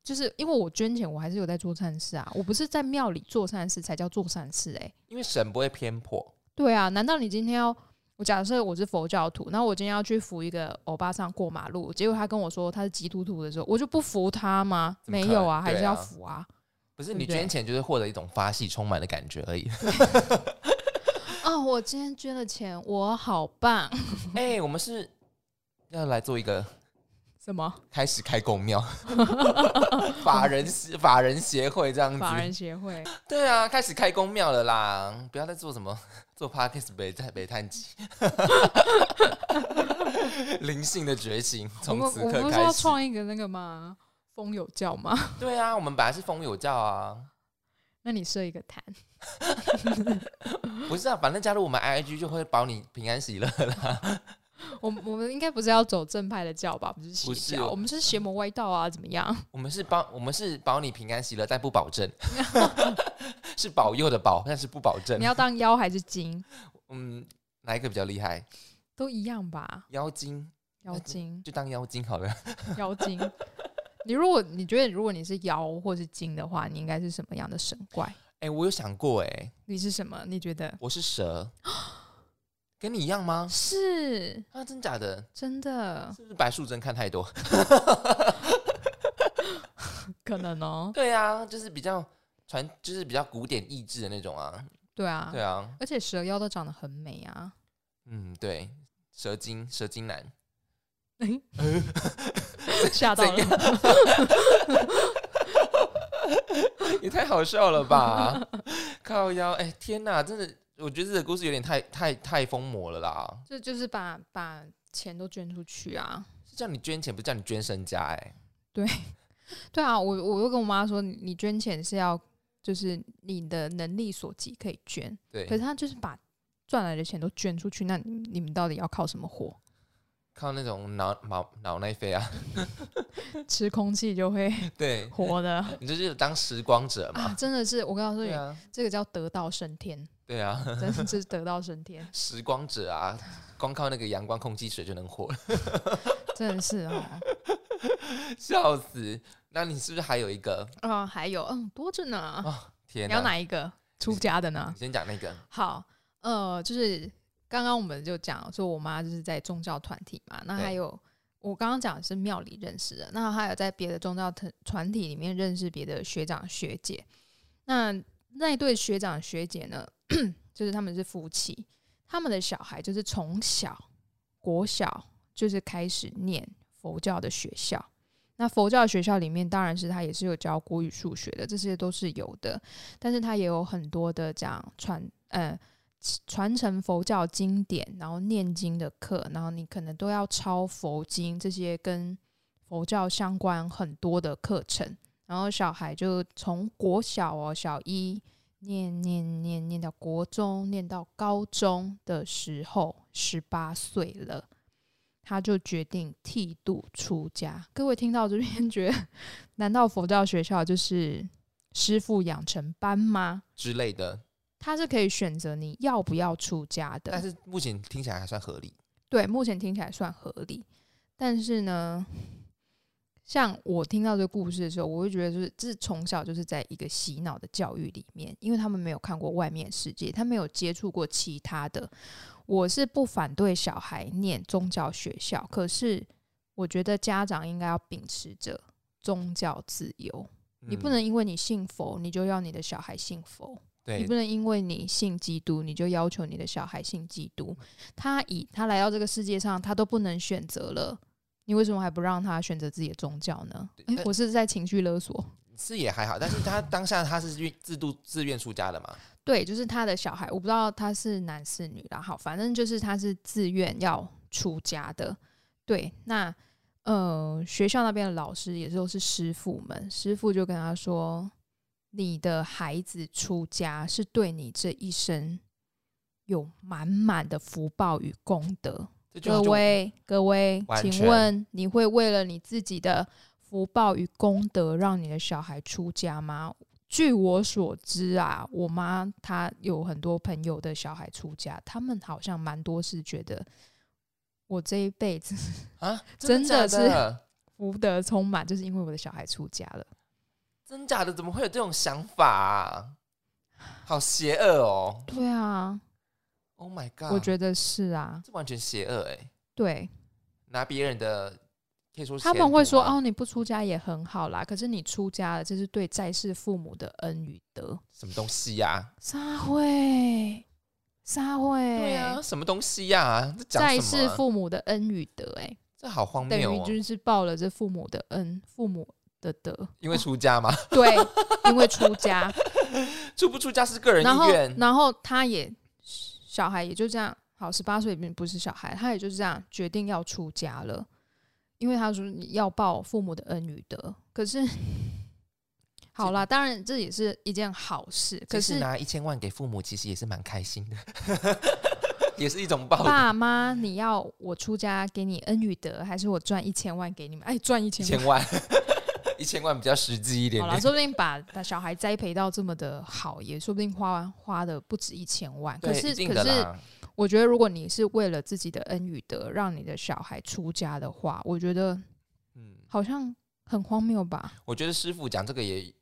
Speaker 2: 就是因为我捐钱，我还是有在做善事啊，我不是在庙里做善事才叫做善事哎、
Speaker 1: 因为神不会偏颇，
Speaker 2: 对啊，难道你今天要我假设我是佛教徒，那我今天要去扶一个欧巴桑过马路，结果他跟我说他是基督徒的时候，我就不扶他吗？
Speaker 1: 怎么
Speaker 2: 没
Speaker 1: 可能
Speaker 2: 有啊，还
Speaker 1: 对
Speaker 2: 是要
Speaker 1: 啊
Speaker 2: 扶啊。
Speaker 1: 不是
Speaker 2: 对不
Speaker 1: 你
Speaker 2: 对
Speaker 1: 捐钱就是获得一种发喜充满的感觉而 已。
Speaker 2: 啊，我今天捐了钱，我好棒！
Speaker 1: 哎、我们是要来做一个
Speaker 2: 什么
Speaker 1: 开始开公 庙，法人协法人协会这样
Speaker 2: 法人
Speaker 1: 子。
Speaker 2: 协 会？
Speaker 1: 对啊，开始开公庙了啦！不要再做什么 做 podcast 北探北探集， 灵性的觉醒
Speaker 2: 我
Speaker 1: 从
Speaker 2: 们
Speaker 1: 此
Speaker 2: 我
Speaker 1: 刻
Speaker 2: 不是
Speaker 1: 开
Speaker 2: 要
Speaker 1: 始。
Speaker 2: 创一个那个吗？风有教吗？
Speaker 1: 对啊，我们本来是风有教啊，
Speaker 2: 那你设一个坛，
Speaker 1: 不是啊，反正加入我们 IG 就会保你平安喜乐 啦。
Speaker 2: 我们我们应该不是要走正派的教吧？不是哦邪
Speaker 1: 不是
Speaker 2: 教，
Speaker 1: 我
Speaker 2: 我们是邪魔歪道啊？怎么样？
Speaker 1: 我们是保我们是保你平安喜乐，但不保证， 是保佑的保，但是不保证
Speaker 2: 你。要当妖还是精？
Speaker 1: 嗯，哪一个比较厉害？
Speaker 2: 都一样吧？
Speaker 1: 妖精
Speaker 2: 妖精，
Speaker 1: 就当妖精好了。
Speaker 2: 妖精。 你如果你觉得如果你是妖或是精的话，你应该是什么样的神怪？
Speaker 1: 哎、我有想过、哎，
Speaker 2: 你是什么？你觉得
Speaker 1: 我是蛇， 跟你一样
Speaker 2: 嗯
Speaker 1: 吗？
Speaker 2: 是
Speaker 1: 啊，真假的？
Speaker 2: 真的？
Speaker 1: 是不是白素贞看太多？
Speaker 2: 可能哦。
Speaker 1: 对啊，就是比较传，就是比较古典意志的那种啊。
Speaker 2: 对啊，
Speaker 1: 对啊，
Speaker 2: 而且蛇妖都长得很美啊。
Speaker 1: 嗯，对，蛇精蛇精男，
Speaker 2: 吓到
Speaker 1: 怎
Speaker 2: 了。
Speaker 1: 也太好笑了吧！ 靠腰，哎、天哪，真的，我觉得这个故事有点太太太疯魔了啦。
Speaker 2: 这 就是把把钱都捐出去啊。
Speaker 1: 是叫你捐钱，不是叫你捐身家、哎，
Speaker 2: 对啊，我我又跟我妈说，你你捐钱是要就是你的能力所及可以捐，可是
Speaker 1: 对，
Speaker 2: 她就是把赚来的钱都捐出去，那你你们到底要靠什么 活？
Speaker 1: 靠那种脑脑脑内飞啊，
Speaker 2: 吃空气就 会
Speaker 1: 对
Speaker 2: 活的
Speaker 1: 你就是当时光者嘛。
Speaker 2: 啊！真的是，我告诉
Speaker 1: 对
Speaker 2: 你，
Speaker 1: 啊，
Speaker 2: 这个叫得道升 天，
Speaker 1: 对啊，，
Speaker 2: 真的是得道升天
Speaker 1: 时光者啊，光靠那个阳光、空气、水就能活了，,
Speaker 2: 真的是 哦。
Speaker 1: 笑死！那你是不是还有一个？
Speaker 2: 啊、还有，嗯，多着呢。
Speaker 1: 天
Speaker 2: 你要
Speaker 1: 哪！
Speaker 2: 哪一个出家的呢
Speaker 1: 你？先讲那个，
Speaker 2: 好，呃，就是刚刚我们就讲说，我妈就是在宗教团体嘛，那还
Speaker 1: 对
Speaker 2: 有我刚刚讲的是庙里认识的，那还有在别的宗教团团体里面认识别的学长学姐。那那一对学长学姐呢， 就是他们是夫妻，他们的小孩就是从小国小就是开始念佛教的学校。那佛教学校里面，当然是他也是有教国语、数学的，这些都是有的。但是它也有很多的讲传呃传承佛教经典，然后念经的课，然后你可能都要抄佛经这些跟佛教相关很多的课程。然后小孩就从国小哦小一念念念念到国中，念到高中的时候，十八岁了。他就决定剃度出家。各位听到这边 觉得，难道佛教学校就是师傅养成班吗？
Speaker 1: 之类的，
Speaker 2: 他是可以选择你要不要出家
Speaker 1: 但
Speaker 2: 的。
Speaker 1: 是目前听起来还算合理。
Speaker 2: 对，目前听起来算合理。但是呢，像我听到这个故事的时候，我会觉得就是，这是从小就是在一个洗脑的教育里面，因为他们没有看过外面世界，他没有接触过其他的。我是不反对小孩念宗教学校，可是我觉得家长应该要秉持着宗教自由，你不
Speaker 1: 嗯
Speaker 2: 能因为你信佛，你就要你的小孩信佛。你
Speaker 1: 对
Speaker 2: 不能因为你信基督，你就要求你的小孩信基督。他以他来到这个世界上，他都不能选择了，你为什么还不让他选择自己的宗教呢？诶，
Speaker 1: 但
Speaker 2: 我是在情绪勒索。
Speaker 1: 是也还好，但是他当下他是愿自度自愿出家的嘛？
Speaker 2: 对，就是他的小孩，我不知道他是男是女啦。好，反正就是他是自愿要出家的。对，那呃，学校那边的老师也都是师傅们，师傅就跟他说，你的孩子出家是对你这一生有满满的福报与功德。
Speaker 1: 这句话
Speaker 2: 各
Speaker 1: 就
Speaker 2: 位，各位，
Speaker 1: 完
Speaker 2: 请
Speaker 1: 全
Speaker 2: 问你会为了你自己的福报与功德，让你的小孩出家吗？据我所知啊，我妈她有很多朋友的小孩出家，他们好像蛮多是觉得我这一辈子
Speaker 1: 啊，
Speaker 2: 真
Speaker 1: 的
Speaker 2: 的
Speaker 1: 假
Speaker 2: 是
Speaker 1: 的
Speaker 2: 福德充满，就是因为我的小孩出家了。
Speaker 1: 真假的，怎么会有这种想法、啊？好邪恶哦
Speaker 2: 对啊，
Speaker 1: ！Oh my god，
Speaker 2: 我觉得是啊，
Speaker 1: 这完全邪恶哎、
Speaker 2: 对
Speaker 1: 拿别人的可以说是啊
Speaker 2: 他们
Speaker 1: 钱
Speaker 2: 会
Speaker 1: 图
Speaker 2: 说
Speaker 1: 吗
Speaker 2: 哦，你不出家也很好啦，可是你出家了，这是对在世父母的恩与德。
Speaker 1: 什么东西啊呀、
Speaker 2: 撒会，撒会，
Speaker 1: 对呀、什么东西呀、这讲
Speaker 2: 在
Speaker 1: 什
Speaker 2: 世
Speaker 1: 么啊？
Speaker 2: 父母的恩与德、欸，
Speaker 1: 这好荒
Speaker 2: 等
Speaker 1: 谬
Speaker 2: 于
Speaker 1: 哦！
Speaker 2: 就是报了这父母的恩，父母的德，
Speaker 1: 因为出家嘛，
Speaker 2: 对，因为出家，
Speaker 1: 出不出家是个 人
Speaker 2: 然
Speaker 1: 意
Speaker 2: 后
Speaker 1: 愿。
Speaker 2: 然后他也小孩也就这样，好，十八岁并不是小孩，他也就是这样决定要出家了，因为他说你要报父母的恩与德，可是。好啦，当然这也是一件好事，可
Speaker 1: 可
Speaker 2: 是
Speaker 1: 是拿一千万给父母，其实也是蛮开心的， 也是一种报答。
Speaker 2: 爸妈，你要我出家给你恩与德，还是我赚一千万给你们？哎，赚一
Speaker 1: 一
Speaker 2: 千
Speaker 1: 千万， 一千万比较实际一点
Speaker 2: 好
Speaker 1: 点
Speaker 2: 了，。说不定把把小孩栽培到这么的好，也说不定花花的不止一千万。可
Speaker 1: 对
Speaker 2: 是
Speaker 1: 一定
Speaker 2: 可
Speaker 1: 的
Speaker 2: 是，
Speaker 1: 啦，
Speaker 2: 我觉得如果你是为了自己的恩与德，让你的小孩出家的话，我觉得
Speaker 1: 嗯，
Speaker 2: 好像很荒谬吧？
Speaker 1: 我觉得师傅讲这个也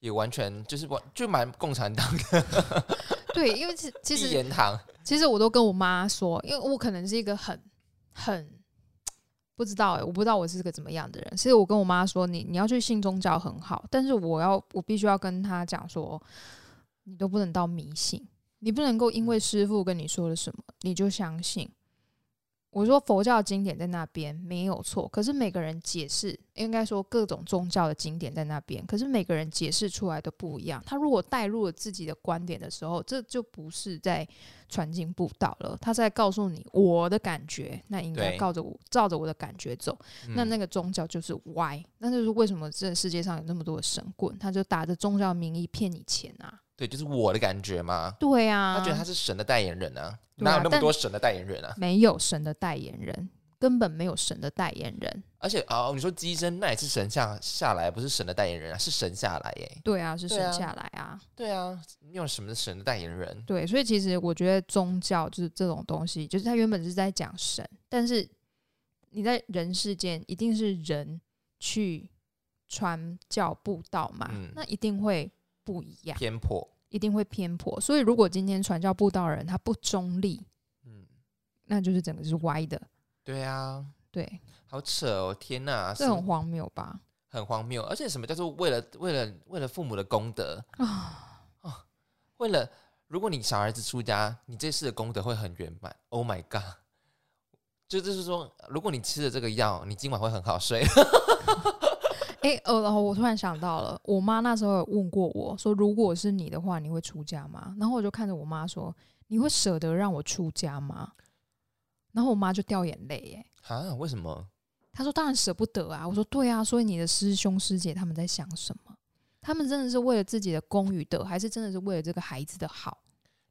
Speaker 1: 也完全就是完就蛮共产党的
Speaker 2: 对，因为其其
Speaker 1: 一
Speaker 2: 实
Speaker 1: 言堂，
Speaker 2: 其实我都跟我妈说，因为我可能是一个很很不知道哎、我不知道我是个怎么样的人。其实我跟我妈说，你你要去信宗教很好，但是我要我必须要跟她讲说，你都不能到迷信，你不能够因
Speaker 1: 嗯
Speaker 2: 为师傅跟你说了什么，你就相信。我说佛教经典在那边没有错，可是每个人解释，应该说各种宗教的经典在那边，可是每个人解释出来都不一样。他如果带入了自己的观点的时候，这就不是在传经布道了，他是在告诉你我的感觉，那应该
Speaker 1: 对
Speaker 2: 照着我照着我的感觉走。
Speaker 1: 嗯
Speaker 2: 那那个宗教就是歪，那就是为什么这世界上有那么多的神棍，他就打着宗教的名义骗你钱啊。
Speaker 1: 对，就是我的感觉嘛。
Speaker 2: 对啊，
Speaker 1: 他觉得他是神的代言人啊，
Speaker 2: 对
Speaker 1: 哪
Speaker 2: 啊
Speaker 1: 有那么
Speaker 2: 但
Speaker 1: 多神的代言人啊？
Speaker 2: 没有神的代言人，根本没有神的代言人。
Speaker 1: 而且哦，你说机身那也是神下下来，不是神的代言人啊，是神下来耶。
Speaker 2: 对啊，是
Speaker 1: 对
Speaker 2: 神
Speaker 1: 啊
Speaker 2: 下来啊。
Speaker 1: 对啊，没有什么神的代言人，
Speaker 2: 对，所以其实我觉得宗教就是这种东西，就是它原本是在讲神，但是你在人世间一定是人去传教布道嘛，
Speaker 1: 嗯
Speaker 2: 那一定会不一样，
Speaker 1: 偏颇。
Speaker 2: 一定会偏颇。所以如果今天传教布道的人他不中立，
Speaker 1: 嗯，
Speaker 2: 那就是整个是歪的。
Speaker 1: 对啊，
Speaker 2: 对，
Speaker 1: 好扯哦，天哪，
Speaker 2: 这
Speaker 1: 什么
Speaker 2: 很荒谬吧？
Speaker 1: 很荒谬。而且什么叫做为了为了为了父母的功德
Speaker 2: 啊
Speaker 1: 哦，为了如果你小孩子出家，你这次的功德会很圆满。Oh my god！就就是说，如果你吃了这个药，你今晚会很好睡。
Speaker 2: 诶，呃，然后我突然想到了，我妈那时候有问过我说，如果是你的话，你会出家吗？然后我就看着我妈说，你会舍得让我出家吗？然后我妈就掉眼泪，耶，
Speaker 1: 啊？为什么？
Speaker 2: 她说当然舍不得啊。我说对啊，所以你的师兄师姐他们在想什么？他们真的是为了自己的功与德，还是真的是为了这个孩子的好？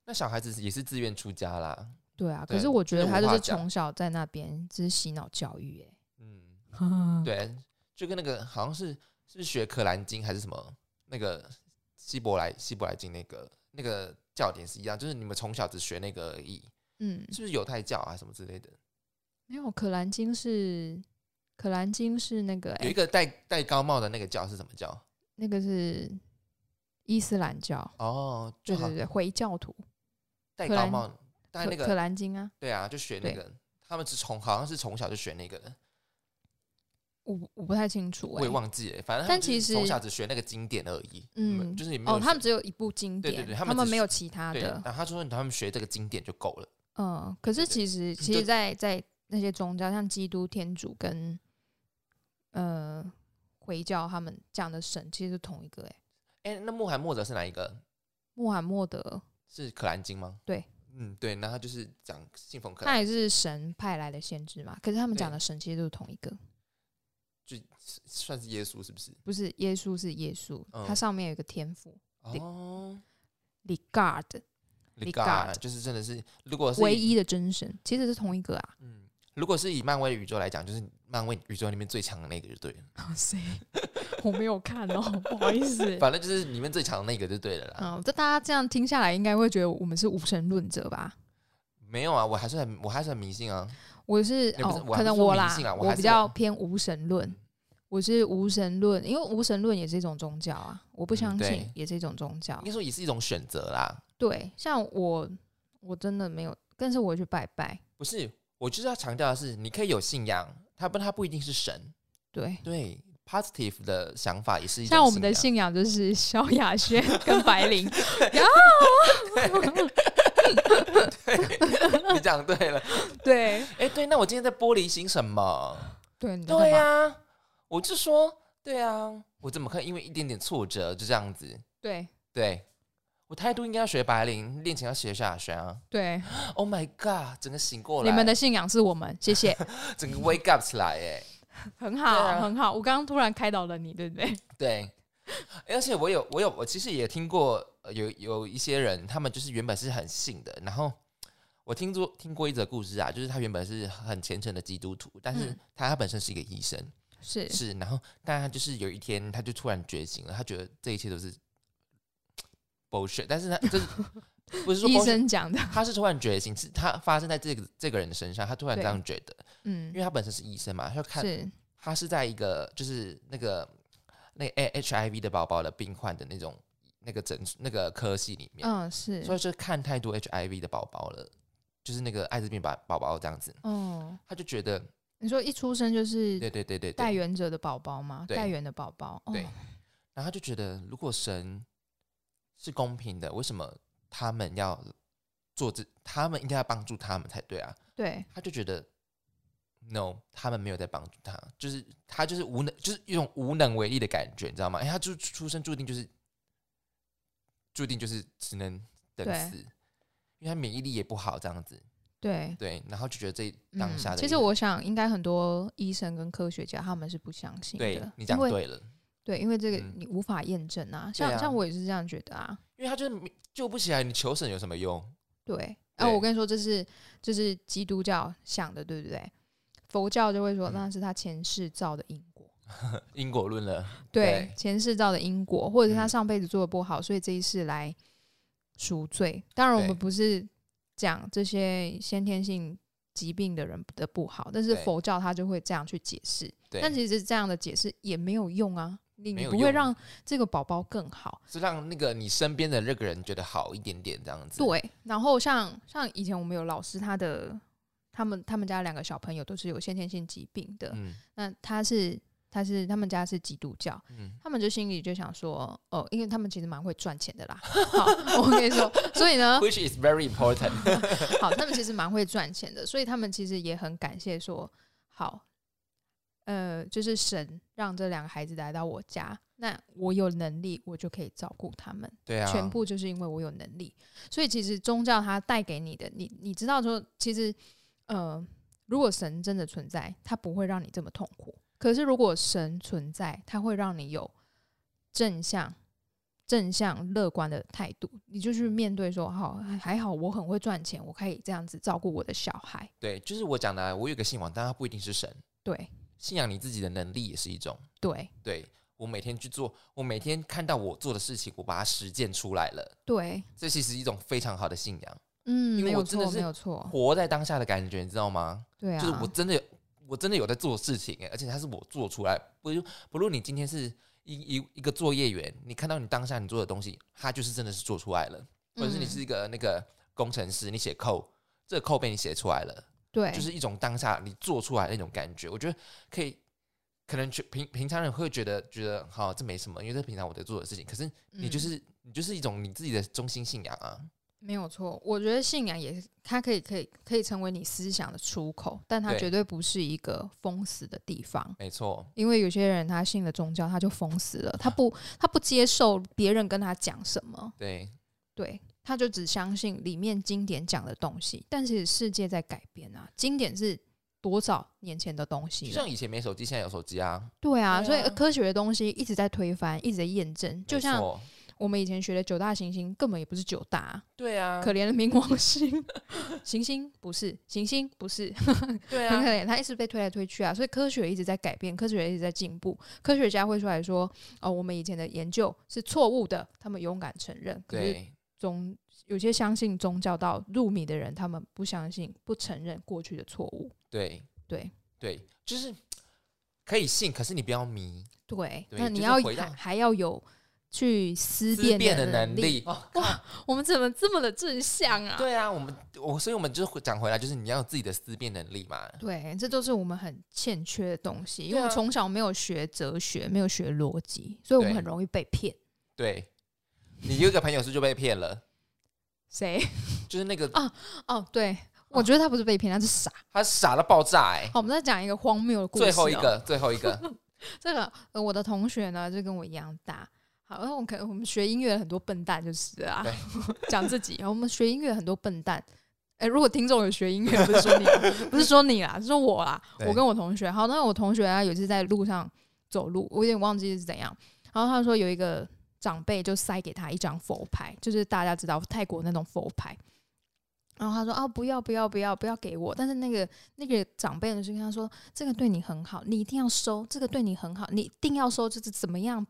Speaker 1: 那小孩子也是自愿出家啦。
Speaker 2: 对啊，
Speaker 1: 对
Speaker 2: 可是我觉
Speaker 1: 这
Speaker 2: 得
Speaker 1: 无
Speaker 2: 他就
Speaker 1: 话
Speaker 2: 是
Speaker 1: 讲
Speaker 2: 从小在那边就是洗脑教育，耶。
Speaker 1: 嗯，
Speaker 2: 对
Speaker 1: 对，就跟那个好像是是不是学《可兰经》还是什么那个希伯来希伯来经那个那个教典是一样，就是你们从小只学那个而已，
Speaker 2: 嗯，
Speaker 1: 是不是犹太教啊什么之类的？
Speaker 2: 没有，可兰经是可兰经是那个、
Speaker 1: 有一
Speaker 2: 欸，
Speaker 1: 个戴戴高帽的那个教是什么教？
Speaker 2: 那个是伊斯兰教，
Speaker 1: 哦，
Speaker 2: 对
Speaker 1: 就好
Speaker 2: 对对，回教徒，
Speaker 1: 戴
Speaker 2: 可
Speaker 1: 高
Speaker 2: 兰
Speaker 1: 帽，戴
Speaker 2: 可
Speaker 1: 那
Speaker 2: 可
Speaker 1: 个，
Speaker 2: 兰经啊，
Speaker 1: 对啊，就学那
Speaker 2: 对
Speaker 1: 个。他们是从好像是从小就学那个的，
Speaker 2: 我不我不太清楚、
Speaker 1: 我
Speaker 2: 欸，
Speaker 1: 也忘记了。反正他
Speaker 2: 但
Speaker 1: 们就是
Speaker 2: 其实
Speaker 1: 从小只学那个经典而已，
Speaker 2: 嗯
Speaker 1: 嗯，就是也没有
Speaker 2: 哦，他们
Speaker 1: 学
Speaker 2: 只有一部经
Speaker 1: 对
Speaker 2: 典，
Speaker 1: 对对他
Speaker 2: 他
Speaker 1: 们只
Speaker 2: 没
Speaker 1: 是
Speaker 2: 有其他
Speaker 1: 对，
Speaker 2: 的
Speaker 1: 然，后他说他们学这个经典就够了。
Speaker 2: 嗯，可是
Speaker 1: 对对
Speaker 2: 其实其
Speaker 1: 就
Speaker 2: 实在，在那些宗教，像基督、天主跟呃回教，他们讲的神其实是同一个、欸，哎，
Speaker 1: 哎，那穆罕默德是哪一个？
Speaker 2: 穆罕默德
Speaker 1: 是可兰经吗？
Speaker 2: 对，
Speaker 1: 嗯，对，那他就是讲信奉可
Speaker 2: 他
Speaker 1: 兰，
Speaker 2: 也是神派来的先知嘛，可是他们
Speaker 1: 啊
Speaker 2: 讲
Speaker 1: 对
Speaker 2: 的神其实都是同一个。
Speaker 1: 算是耶稣是不是？
Speaker 2: 不是耶稣是耶稣，
Speaker 1: 嗯
Speaker 2: 它上面有一个天赋
Speaker 1: 哦
Speaker 2: regard，
Speaker 1: ，Ligard，
Speaker 2: Ligard
Speaker 1: 就是真的是，如果是
Speaker 2: 唯
Speaker 1: 以
Speaker 2: 一的真神，其实是同一个啊。
Speaker 1: 嗯，如果是以漫威的宇宙来讲，就是漫威宇宙里面最强的那个就对了，
Speaker 2: 谁？ 我没有看哦，不好意思。
Speaker 1: 反正就是里面最强的那个就对了啦。
Speaker 2: 嗯，这大家这样听下来，应该会觉得我们是无神论者吧？
Speaker 1: 没有啊，我还是很我还是很迷信啊。
Speaker 2: 我是
Speaker 1: 也不是
Speaker 2: 哦，
Speaker 1: 我还
Speaker 2: 可能
Speaker 1: 不是说
Speaker 2: 啦
Speaker 1: 迷信啊，我还
Speaker 2: 我
Speaker 1: 是
Speaker 2: 比较偏无神论
Speaker 1: 嗯。
Speaker 2: 我是无神论，因为无神论也是一种宗教啊，我不
Speaker 1: 嗯
Speaker 2: 相信
Speaker 1: 对
Speaker 2: 也是一种宗教
Speaker 1: 应。该说也是一种选择啦，
Speaker 2: 对，像我，我真的没有，但是我去拜拜。
Speaker 1: 不是？我就是要强调的是，你可以有信仰，它不它不一定是神，
Speaker 2: 对，
Speaker 1: 对，positive 的想法也是一种
Speaker 2: 像我们的
Speaker 1: 信
Speaker 2: 信仰就是萧 亚轩跟白灵， 啊呀，
Speaker 1: 仰，你讲 对了。
Speaker 2: 对
Speaker 1: 哎、对，那我今天在玻璃心什么？
Speaker 2: 对，你在
Speaker 1: 对
Speaker 2: 干嘛
Speaker 1: 啊，我就说，对啊，我怎么可能因为一点点挫折就这样子？
Speaker 2: 对
Speaker 1: 对我态度应该要学白领，恋情要学下旋啊
Speaker 2: 对，
Speaker 1: ！Oh my god，整个醒过来，
Speaker 2: 你们的信仰是我们，谢谢，
Speaker 1: 整个 wake up 起来，哎，
Speaker 2: 很
Speaker 1: 对
Speaker 2: 好
Speaker 1: 啊
Speaker 2: 很好。我刚刚突然开导了你，对不对？
Speaker 1: 对，而且我有我有我其实也听过呃有有一些人，他们就是原本是很信的，然后我听说听过一则故事啊，就是他原本是很虔诚的基督徒，但是
Speaker 2: 嗯
Speaker 1: 他他本身是一个医生，
Speaker 2: 是
Speaker 1: 是，然后但他就是有一天他就突然觉醒了，他觉得这一切都是 bullshit，但是他就是 不是说
Speaker 2: 医
Speaker 1: bullshit，
Speaker 2: 生讲的，
Speaker 1: 他是突然觉醒，是他发生在这个这个人的身上，他突然这
Speaker 2: 对
Speaker 1: 样觉得，
Speaker 2: 嗯
Speaker 1: 因为，他本身是医生嘛，他就看
Speaker 2: 是
Speaker 1: 他是在一个就是那个那 A HIV 的宝宝的病患的那种那个诊那个科系里面，
Speaker 2: 嗯是
Speaker 1: 所，以就看太多 HIV 的宝宝了，就是那个艾滋病宝宝宝这样子，
Speaker 2: 嗯，
Speaker 1: 他就觉得
Speaker 2: 你说一出生就是
Speaker 1: 对对对对
Speaker 2: 代
Speaker 1: 对，
Speaker 2: 原者的宝宝吗？
Speaker 1: 对
Speaker 2: 代原的宝宝，哦
Speaker 1: 对然后他就觉得如果神是公平的，为什么他们要做这，他们应该要帮助他们才对啊。
Speaker 2: 对，
Speaker 1: 他就觉得，no，他们没有在帮助他，就是他就是无能，就是一种无能为力的感觉，你知道吗？哎、他就出生注定就是，注定就是只能等
Speaker 2: 对
Speaker 1: 死，因为他免疫力也不好，这样子。
Speaker 2: 对，嗯
Speaker 1: 对，然后就觉得这当下的一个、
Speaker 2: 其实我想，应该很多医生跟科学家他们是不相信的，
Speaker 1: 对你讲
Speaker 2: 因为
Speaker 1: 对了，
Speaker 2: 对，因为这个
Speaker 1: 嗯
Speaker 2: 你无法验证啊。
Speaker 1: 对
Speaker 2: 像、
Speaker 1: 啊
Speaker 2: 像我也是这样觉得啊。
Speaker 1: 因为他就是救不起来，你求神有什么用？
Speaker 2: 对，啊，
Speaker 1: 对
Speaker 2: 我跟你说，这是这是基督教想的，对不对？佛教就会说
Speaker 1: 嗯
Speaker 2: 那是他前世造的因果，
Speaker 1: 因果论了，
Speaker 2: 对，前世造的因果，或者是他
Speaker 1: 嗯
Speaker 2: 上辈子做的不好，所以这一世来赎罪。当然，我
Speaker 1: 对
Speaker 2: 们不是讲这些先天性疾病的人的不好，但是
Speaker 1: 对
Speaker 2: 佛教他就会这样去解释。
Speaker 1: 对，
Speaker 2: 但其实这样的解释也没有用啊，你
Speaker 1: 没有
Speaker 2: 不会
Speaker 1: 用
Speaker 2: 让这个宝宝更好。
Speaker 1: 是让那个你身边的那个人觉得好一点点，这样子。，
Speaker 2: 对，然后像像以前我们有老师，他的他们他们家两个小朋友都是有先天性疾病的，
Speaker 1: 嗯
Speaker 2: 那他是他是他们家是基督教，
Speaker 1: 嗯，
Speaker 2: 他们就心里就想说，哦，因为他们其实蛮会赚钱的啦。 好，我跟你说，所以呢，
Speaker 1: Which is very important 。
Speaker 2: 好，他们其实蛮会赚钱的，所以他们其实也很感谢说，好，呃，就是神让这两个孩子来到我家，那我有能力，我就可以照顾他们，
Speaker 1: 对啊，
Speaker 2: 全部就是因为我有能力。所以其实宗教它带给你的，你你知道说，其实，呃，如果神真的存在，它不会让你这么痛苦。可是如果神存在，它会让你有正向。正向乐观的态度，你就去面对说，好，还还好，我很会赚钱，我可以这样子照顾我的小孩。
Speaker 1: 对，就是我讲的啊，我有个信仰，但它不一定是神。
Speaker 2: 对
Speaker 1: 信仰你自己的能力也是一种。
Speaker 2: 对
Speaker 1: 对我每天去做，我每天看到我做的事情，我把它实践出来了，
Speaker 2: 对，
Speaker 1: 这其实是一种非常好的信仰，
Speaker 2: 嗯，
Speaker 1: 因为
Speaker 2: 没
Speaker 1: 我
Speaker 2: 有
Speaker 1: 真的
Speaker 2: 错，
Speaker 1: 是
Speaker 2: 没有错，
Speaker 1: 活在当下的感觉，你知道吗？
Speaker 2: 对啊，
Speaker 1: 就是我真的有，我真的有在做事情、欸，而且它是我做出来，不不论你今天是一一一个作业员，你看到你当下你做的东西，它就是真的是做出来了，或者是你
Speaker 2: 嗯
Speaker 1: 是一个那个工程师，你写扣，这个扣被你写出来了。
Speaker 2: 对，
Speaker 1: 就是一种当下你做出来的那种感觉。我觉得可以，可能去平平常人会觉得觉得好，这没什么，因为这平常我在做的事情。可是你就
Speaker 2: 嗯
Speaker 1: 是、你就是一种你自己的中心信仰啊，
Speaker 2: 没有错，我觉得信仰也是，它可以可以可以成为你思想的出口，但它
Speaker 1: 对
Speaker 2: 绝对不是一个封死的地方。
Speaker 1: 没错，
Speaker 2: 因为有些人他信了宗教，他就封死了，
Speaker 1: 啊
Speaker 2: 他不他不接受别人跟他讲什么，
Speaker 1: 对
Speaker 2: 对，他就只相信里面经典讲的东西。但其实世界在改变啊，经典是多少年前的东
Speaker 1: 就
Speaker 2: 西了？
Speaker 1: 像以前没手机，现在有手机啊，
Speaker 2: 对啊，
Speaker 1: 对
Speaker 2: 所以
Speaker 1: 啊
Speaker 2: 呃科学的东西一直在推翻，一直在验证。就
Speaker 1: 没
Speaker 2: 像
Speaker 1: 错
Speaker 2: 我们以前学的九大行星，根本也不是九大啊、
Speaker 1: 对啊，
Speaker 2: 可怜的冥王星， 行星不是，行星不是，
Speaker 1: 对
Speaker 2: 很可
Speaker 1: 啊，
Speaker 2: 怜，它一直被推来推去啊。所以科学一直在改变，科学一直在进步，科学家会出来说，哦，我们以前的研究是错误的，他们勇敢承认。可是
Speaker 1: 对
Speaker 2: 宗有些相信宗教到入迷的人，他们不相信、不承认过去的错误。
Speaker 1: 对
Speaker 2: 对
Speaker 1: 对，就是可以信，可是你不要迷，
Speaker 2: 对，
Speaker 1: 对
Speaker 2: 那
Speaker 1: 就
Speaker 2: 你
Speaker 1: 是
Speaker 2: 要
Speaker 1: 回到
Speaker 2: 还还要有去思
Speaker 1: 思
Speaker 2: 辨
Speaker 1: 辨的
Speaker 2: 的
Speaker 1: 能
Speaker 2: 力。啊
Speaker 1: 力。哦
Speaker 2: 我们怎么这么的正向啊？
Speaker 1: 对啊，我们我所以我们就是讲回来，就是你要有自己的思辨能力嘛。
Speaker 2: 对，这都是我们很欠缺的东西，因为
Speaker 1: 对啊
Speaker 2: 我们从小没有学哲学，没有学逻辑，所以我们
Speaker 1: 对
Speaker 2: 很容易被骗。
Speaker 1: 对，你有一个朋友是不是就被骗了，
Speaker 2: 谁？
Speaker 1: 就是那个
Speaker 2: 哦，对，我觉得他不是被骗，他是傻。
Speaker 1: 他傻到爆炸哎、
Speaker 2: 好，我们再讲一个荒谬的故事、哦
Speaker 1: 最后一，个，最后一个，
Speaker 2: 这个、呃我的同学呢，就跟我一样大。好，那我可能我们学音乐很多笨蛋就是了啊
Speaker 1: 对，
Speaker 2: 讲自己，我们学音乐很多笨蛋。哎、如果听众有学音乐，不是 说你，不是说你啦，是说我啦。
Speaker 1: 对
Speaker 2: 我跟我同学，好，那我同学啊，有一次在路上走路，我有点忘记是怎样。然后他说有一个长辈就塞给他一张佛牌，就是大家知道泰国那种佛牌。然后他说啊，不要不要不要不要给我！但是那个那个长辈呢，就跟他说，这个对你很好，你一定要收，这个对你很好，你一定要收，就是怎么样，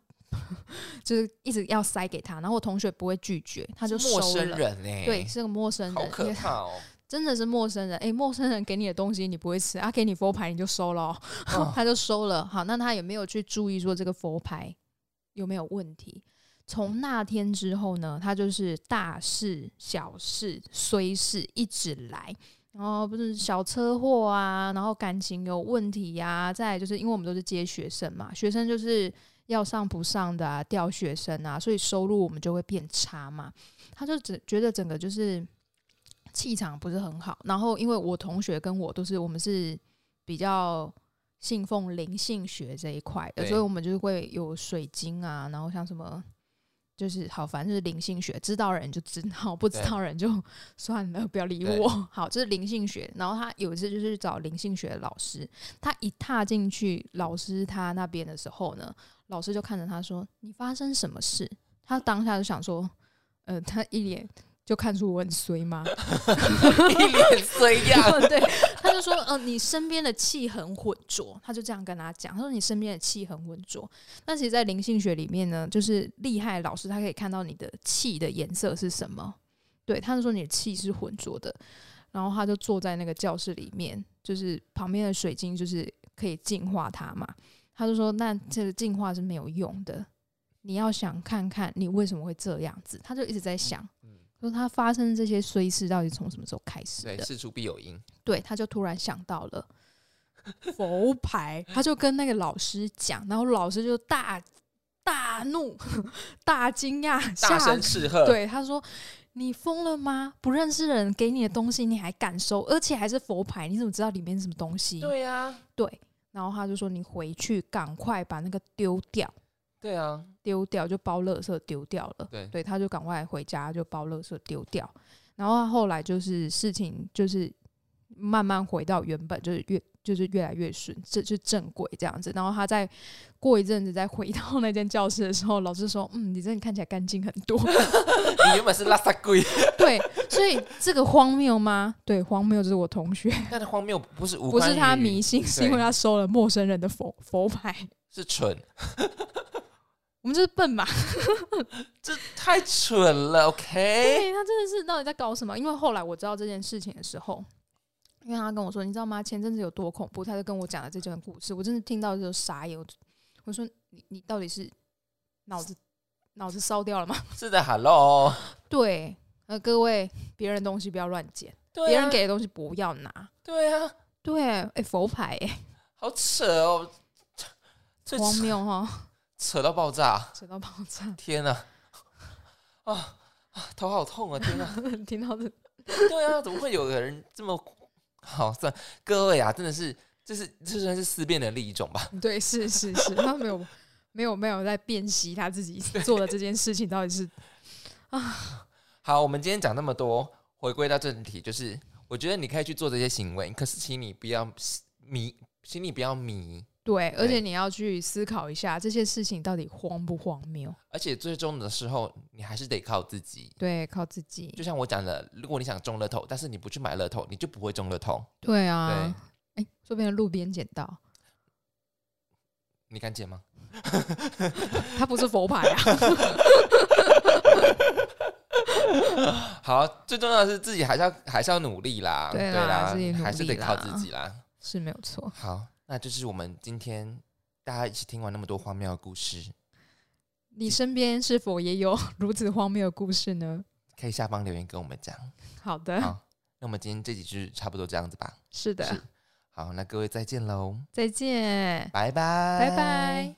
Speaker 2: 就是一直要塞给他。然后我同学不会拒绝， 他就收
Speaker 1: 陌生
Speaker 2: 了。
Speaker 1: 人哎、
Speaker 2: 对，，是个陌生
Speaker 1: 好
Speaker 2: 人，
Speaker 1: 可
Speaker 2: 也
Speaker 1: 怕 哦，
Speaker 2: 真的是陌生人。诶，陌生人给你的东西你不会吃，啊，给你佛牌你就收了哦、
Speaker 1: 哦
Speaker 2: 他就收了。好，那他也没有去注意说这个佛牌有没有问题。从那天之后呢，他就是大事小事虽事一直来，然后不是小车祸啊，然后感情有问题呀、再来就是因为我们都是接学生嘛，学生就是要上不上的啊，调学生啊，所以收入我们就会变差嘛。他就只觉得整个就是气场不是很好。然后因为我同学跟我都是我们是比较信奉灵性学这一块的，
Speaker 1: 对
Speaker 2: 所以我们就是会有水晶啊，然后像什么。就是好，反正就是灵性学，知道人就知道，不知
Speaker 1: 对
Speaker 2: 道人就 算了，不要理
Speaker 1: 对
Speaker 2: 我。 好，这、是灵性学。然后他有一次就是去找灵性学的老师，他一踏进去老师他那边的时候呢，老师就看着他说：“你发生什么事？”他当下就想说：“呃，他一脸就看出我很衰吗？
Speaker 1: 一脸衰 样，
Speaker 2: 对，他就说：呃，你身边的气很浑浊。”他就这样跟他讲，他说：“你身边的气很浑浊。”但其实，在灵性学里面呢，就是厉害的老师他可以看到你的气的颜色是什么。对，他就说你的气是浑浊的，然后他就坐在那个教室里面，就是旁边的水晶就是可以净化它嘛。他就说，那这个净化是没有用的，你要想看看你为什么会这样子。他就一直在想，
Speaker 1: 嗯
Speaker 2: 说他发生这些衰事到底从什么时候开始
Speaker 1: 对，
Speaker 2: 的？
Speaker 1: 事出必有因，
Speaker 2: 对，他就突然想到 了佛牌，他就跟那个老师讲，然后老师就大大怒、大惊讶、
Speaker 1: 大
Speaker 2: 吓
Speaker 1: 声斥喝，，
Speaker 2: 对，他说：“你疯了吗？不认识的人给你的东西你还敢收，而且还是佛牌，你怎么知道里面是什么东西？”
Speaker 1: 对啊，
Speaker 2: 对然后他就说：“你回去赶快把那个丢掉，
Speaker 1: 对啊，
Speaker 2: 丢掉就包垃圾丢掉了。”
Speaker 1: 对，
Speaker 2: 对，他就赶快回家就包垃圾丢掉。然后他后来就是事情就是慢慢回到原本，就是越就是越来越顺，这就正轨这样子。然后他在过一阵子再回到那间教室的时候，老师说：“嗯，你真的看起来干净很多。
Speaker 1: 你原本是拉萨鬼，”
Speaker 2: 对，所以这个荒谬吗？对，荒谬就是我同学，
Speaker 1: 但是荒谬不是无
Speaker 2: 不
Speaker 1: 关
Speaker 2: 是他
Speaker 1: 于
Speaker 2: 迷信，是因
Speaker 1: 对
Speaker 2: 为他收了陌生人的佛佛牌。
Speaker 1: 是蠢，
Speaker 2: 我们就是笨嘛，
Speaker 1: 这太蠢了，OK，
Speaker 2: 对他真的是到底在搞什么？因为后来我知道这件事情的时候，因为他跟我说，你知道吗？前阵子有多恐怖，他就跟我讲了这件故事，我真的听到就傻眼。我就我说你你到底是脑子脑子烧掉了吗？
Speaker 1: 是的，Hello，
Speaker 2: 对，呃，各位别人东西不要乱捡，
Speaker 1: 对啊
Speaker 2: 别人，给的东西不要拿。
Speaker 1: 对啊，
Speaker 2: 对，哎、佛牌、哎，
Speaker 1: 好扯哦，这
Speaker 2: 荒
Speaker 1: 扯
Speaker 2: 谬 哈，
Speaker 1: 扯到爆炸，
Speaker 2: 扯到爆炸，
Speaker 1: 天哪，啊啊，头好痛啊，天哪！
Speaker 2: 听到这
Speaker 1: 对啊，怎么会有个人这么好？算各位啊，真的是，这是这算是思辨能力一种吧？
Speaker 2: 对，是是是，他没有没有没有在辨析他自己做的这件事情到底是
Speaker 1: 好，我们今天讲那么多，回归到正题，就是我觉得你可以去做这些行为，可是请你不要迷，请你不要迷，
Speaker 2: 对，
Speaker 1: 对
Speaker 2: 而且你要去思考一下这些事情到底荒不荒谬。
Speaker 1: 而且最终的时候，你还是得靠自己。
Speaker 2: 对，靠自己
Speaker 1: 就。像我讲的，如果你想中乐透，但是你不去买乐透，你就不会中乐透。
Speaker 2: 对
Speaker 1: 对，
Speaker 2: 啊，哎，这边的路边捡到，
Speaker 1: 你敢解吗？
Speaker 2: 它不是佛牌 啊。
Speaker 1: 好，最重要的是自己还是要还是要努力啦，
Speaker 2: 对啦啊
Speaker 1: 啦
Speaker 2: 自己努，力
Speaker 1: 还是得靠自
Speaker 2: 啦
Speaker 1: 己啦。
Speaker 2: 是没有 错。
Speaker 1: 好，那就是我们今天大家一起听完那么多荒谬的故事，
Speaker 2: 你身边是否也有如此荒谬的故事呢？
Speaker 1: 可以下方留言跟我们讲。
Speaker 2: 好的，
Speaker 1: 好，那我们今天这集就差不多这样子吧。
Speaker 2: 是的，
Speaker 1: 是好，那各位再见喽，
Speaker 2: 再见，
Speaker 1: 拜拜，
Speaker 2: 拜拜。